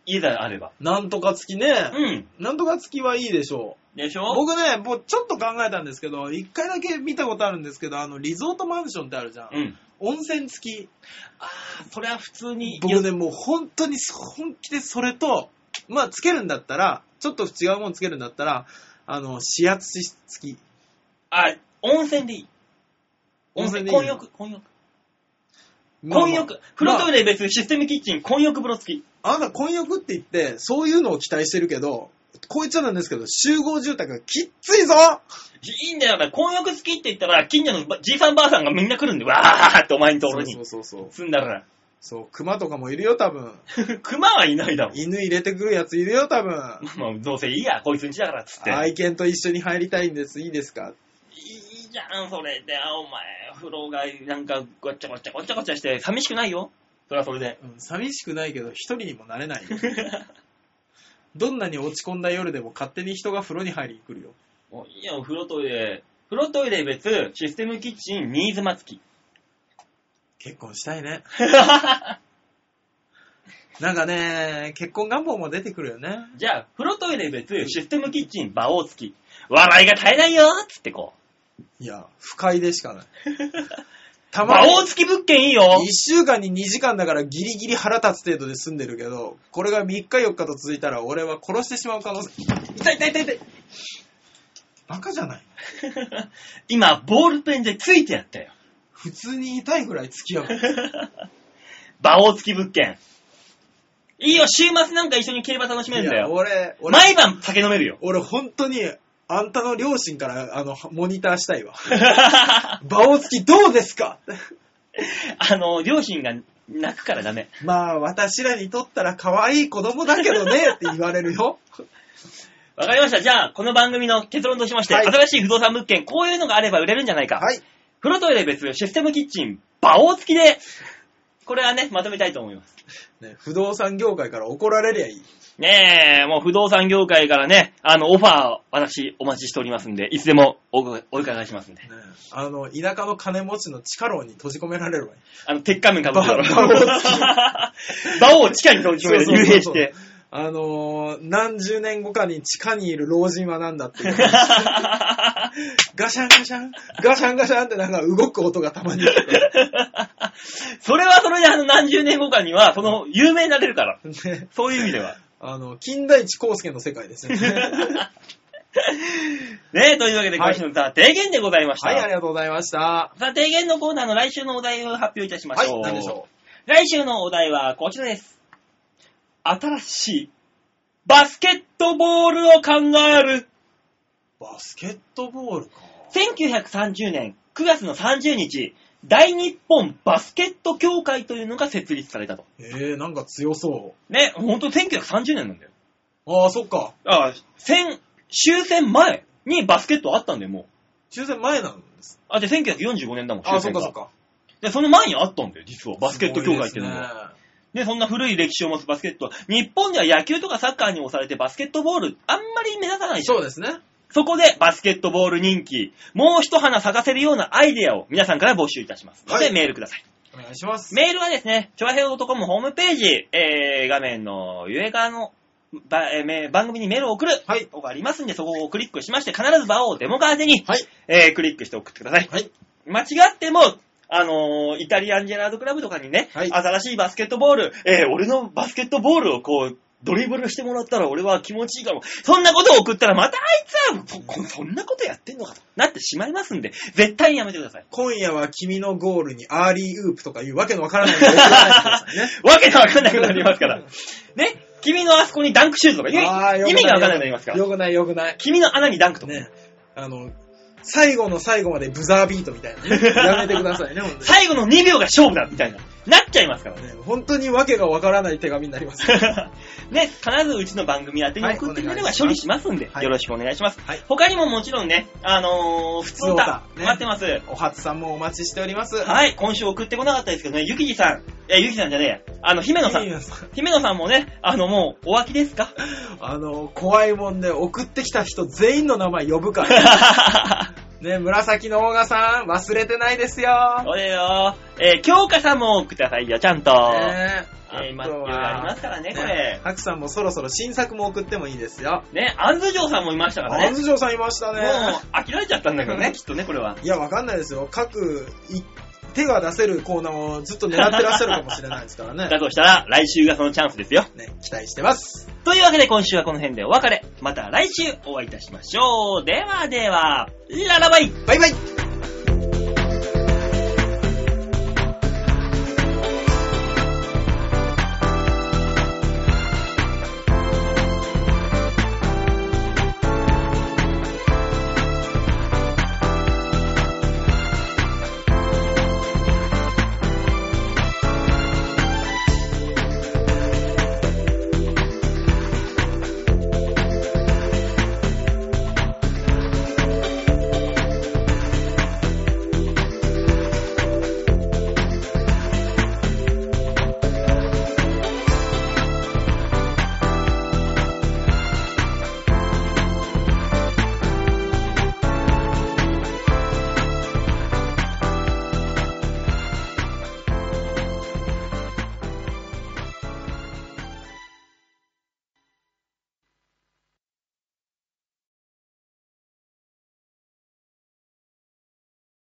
Speaker 2: 家であれば。
Speaker 3: なんとか付きね。
Speaker 2: うん。
Speaker 3: なんとか付きはいいでしょ
Speaker 2: でし
Speaker 3: う。
Speaker 2: ょ
Speaker 3: 僕ね、もうちょっと考えたんですけど、一回だけ見たことあるんですけど、あの、リゾートマンションってあるじゃん。
Speaker 2: うん。
Speaker 3: 温泉付き。
Speaker 2: それは普通に。
Speaker 3: 僕ね、もう本当に、本気でそれと、まあ、つけるんだったら、ちょっと違うもんつけるんだったら、あの、指圧式付き。
Speaker 2: あ、温泉でいい。温
Speaker 3: 温
Speaker 2: 泉でいい。
Speaker 3: 泉でいい
Speaker 2: 混浴、混浴。混浴。風呂トイ
Speaker 3: レ。
Speaker 2: レ別、システムキッチン、混浴風呂付き。
Speaker 3: まああなた、混浴って言って、そういうのを期待してるけど、こう言っちゃなんですけど、集合住宅がきっついぞ
Speaker 2: いいんだよな、混浴好きって言ったら、近所のばじいさんばあさんがみんな来るんで、わーってお前んところに
Speaker 3: そうそうそうそう。
Speaker 2: 住んだから。
Speaker 3: そう、熊とかもいるよ、多分。
Speaker 2: 熊はいないだろ。
Speaker 3: 犬入れてくるやついるよ、多分。
Speaker 2: まあ、どうせいいや、こいつんちだからっつって。い、
Speaker 3: 愛犬と一緒に入りたいんです、いいですか
Speaker 2: いじゃん、それで、あお前、風呂がなんかごっちゃごっちゃごっちゃごっちゃして、寂しくないよ。それはそれ で。
Speaker 3: うん、寂しくないけど、一人にもなれ ないよ。どんなに落ち込んだ夜でも勝手に人が風呂に入りに来るよ。
Speaker 2: もういいよ、風呂トイレ。風呂トイレ別、システムキッチン、新妻付き。
Speaker 3: 結婚したいね。なんかね、結婚願望も出てくるよね。
Speaker 2: じゃあ、風呂トイレ別、システムキッチン、馬王付き。笑いが絶えないよっつってこ
Speaker 3: いや、不快でしかない。
Speaker 2: う。
Speaker 3: た ま
Speaker 2: 馬
Speaker 3: に、
Speaker 2: 王付き物件いいよ
Speaker 3: 1週間に2時間だからギリギリ腹立つ程度で済んでるけど、これが3日4日と続いたら俺は殺してしまう可能性。痛い痛い痛い痛いバカじゃない
Speaker 2: 今、ボールペンでついてやったよ。
Speaker 3: 普通に痛いぐらい付き合う。
Speaker 2: 馬王付き物件。いいよ、週末なんか一緒に競馬楽しめるんだ
Speaker 3: いや
Speaker 2: よ。
Speaker 3: 俺、俺、
Speaker 2: 毎晩酒飲めるよ。
Speaker 3: 俺本当に、あんたの両親から、あの、モニターしたい わ。バオ付きどうですか
Speaker 2: あの、両親が泣くからダメ。
Speaker 3: まあ、私らにとったら可愛い子供だけどね、って言われるよ。
Speaker 2: わかりました。じゃあ、この番組の結論としまして、
Speaker 3: はい
Speaker 2: 新しい不動産物件、こういうのがあれば売れるんじゃないか。
Speaker 3: はい。
Speaker 2: 風呂トイレ別、システムキッチン、馬王付きで、これはね、まとめたいと思います。
Speaker 3: ね、不動産業界から怒られりゃいい。
Speaker 2: ねえ、もう不動産業界からね、あの、オファー、私、お待ちしておりますんで、いつでもお伺いお伺いしますんで。
Speaker 3: ねあの、田舎の金持ちの地下牢に閉じ込められるわ。
Speaker 2: あの、鉄仮面かぶって
Speaker 3: ば馬王付
Speaker 2: 馬王を地下に閉じ込めて、
Speaker 3: そう
Speaker 2: 幽閉
Speaker 3: そうそう
Speaker 2: し
Speaker 3: そう
Speaker 2: て。
Speaker 3: あのー何十年後かに地下にいる老人は何だ っていう。ガシャンガシャン、ガシャンガシャンってなんか動く音がたまに聞こ
Speaker 2: それはそれで、あの、何十年後かには、その、有名になれるから。
Speaker 3: える。ね
Speaker 2: そういう意味で は。
Speaker 3: あの、金田一光介の世界で すよね。
Speaker 2: ねえ、というわけで、
Speaker 3: はい
Speaker 2: 今週のさ、提言でございました。
Speaker 3: はい、ありがとうございました。
Speaker 2: さあ、提言のコーナーの来週のお題を発表いたしま
Speaker 3: は
Speaker 2: しょう。
Speaker 3: い、何でしょ
Speaker 2: 来週のお題はこちらです。新しいバスケットボールを考える。
Speaker 3: う。バスケットボールか。
Speaker 2: 1930年9月の30日、大日本バスケット協会というのが設立されたと。
Speaker 3: えー、なんか強そ
Speaker 2: ね、ほんと1930年なんだよ。
Speaker 3: う。ああ、そっか。
Speaker 2: あ戦、終戦前にバスケットあったんだよ、もう。
Speaker 3: 終戦前なんです。
Speaker 2: あ、で、1945年だもん、
Speaker 3: ああ、
Speaker 2: 終
Speaker 3: そ
Speaker 2: 戦
Speaker 3: っか
Speaker 2: が
Speaker 3: そっか。
Speaker 2: で、その前にあったんだよ、実は。バスケット協会っていうのが。
Speaker 3: が。
Speaker 2: で、そんな古い歴史を持つバスケットは、日本では野球とかサッカーに押されてバスケットボール、あんまり目立たないじゃん
Speaker 3: そうですね。
Speaker 2: そこでバスケットボール人気、もう一花咲かせるようなアイデアを皆さんから募集いたします。ので、
Speaker 3: はい
Speaker 2: メールください。
Speaker 3: お願いします。
Speaker 2: メールはですね、ちょわへい .com ホームページ、えー、画面の上側のば、えーめ番組にメールを送る、
Speaker 3: はい
Speaker 2: とかありますんで、そこをクリックしまして、必ず場をデモ側宛てに、
Speaker 3: はい
Speaker 2: えークリックして送ってください。
Speaker 3: はい。
Speaker 2: 間違っても、あのーイタリアンジェラードクラブとかにね、
Speaker 3: はい
Speaker 2: 新しいバスケットボール、えー俺のバスケットボールをこう、ドリブルしてもらったら俺は気持ちいいかも。そんなことを送ったらまたあいつは、こそんなことやってんのかとなってしまいますんで、絶対にやめてください。
Speaker 3: 今夜は君のゴールにアーリーウープとかいうわけのわからないのを送らないでくださいね
Speaker 2: わけのわかんなくなります から。ね君のあそこにダンクシュートとか意
Speaker 3: あー
Speaker 2: 味意味がわかんなくなりますから
Speaker 3: よ。くないよくない。
Speaker 2: 君の穴にダンクとか。
Speaker 3: ね。あの、最後の最後までブザービートみたい なね。やめてくださいね、本当に。
Speaker 2: 最後の2秒が勝負だみたいな。なっちゃいますからね。
Speaker 3: ね本当にわけがわからない手紙になります。
Speaker 2: ね、必ずうちの番組宛てに送ってくれれば
Speaker 3: はい
Speaker 2: 処理しますんで、
Speaker 3: はい
Speaker 2: よろしくお願いします。
Speaker 3: はい
Speaker 2: 他にももちろんね、あのー、普通歌、
Speaker 3: 普通歌ね
Speaker 2: 待ってます。
Speaker 3: お初さんもお待ちしております。い。
Speaker 2: はい、今週送ってこなかったですけどね、ゆきじさん、え、ゆきさんじゃねえや、あの、姫野さん。姫野さんもね、あの、もう、お飽きです か
Speaker 3: あの、怖いもんで送ってきた人全員の名前呼ぶから。 ね、紫のオーガさん、忘れてないですよ。
Speaker 2: それよ。えー、京香さんもくださいよ、ちゃんと。
Speaker 3: ね
Speaker 2: えー、今、いろいろありますからね、これ
Speaker 3: ね。ハクさんもそろそろ新作も送ってもいいですよ。
Speaker 2: ね、アンズジョーさんもいましたから
Speaker 3: 安
Speaker 2: ね。
Speaker 3: 住さんいました
Speaker 2: も
Speaker 3: ね
Speaker 2: う。、飽きられちゃったんだけどね、きっとね、これは。
Speaker 3: いや、わかんないですよ。各、い手が出せるコーナーをずっと狙ってらっしゃるかもしれないですか ら
Speaker 2: だ
Speaker 3: ね。
Speaker 2: としたら、来週がそのチャンスですよ。
Speaker 3: ね、期待してます。
Speaker 2: というわけで今週はこの辺でお別れ。また来週お会いいたしましょう。ではでは、ララバイ
Speaker 3: バイバイ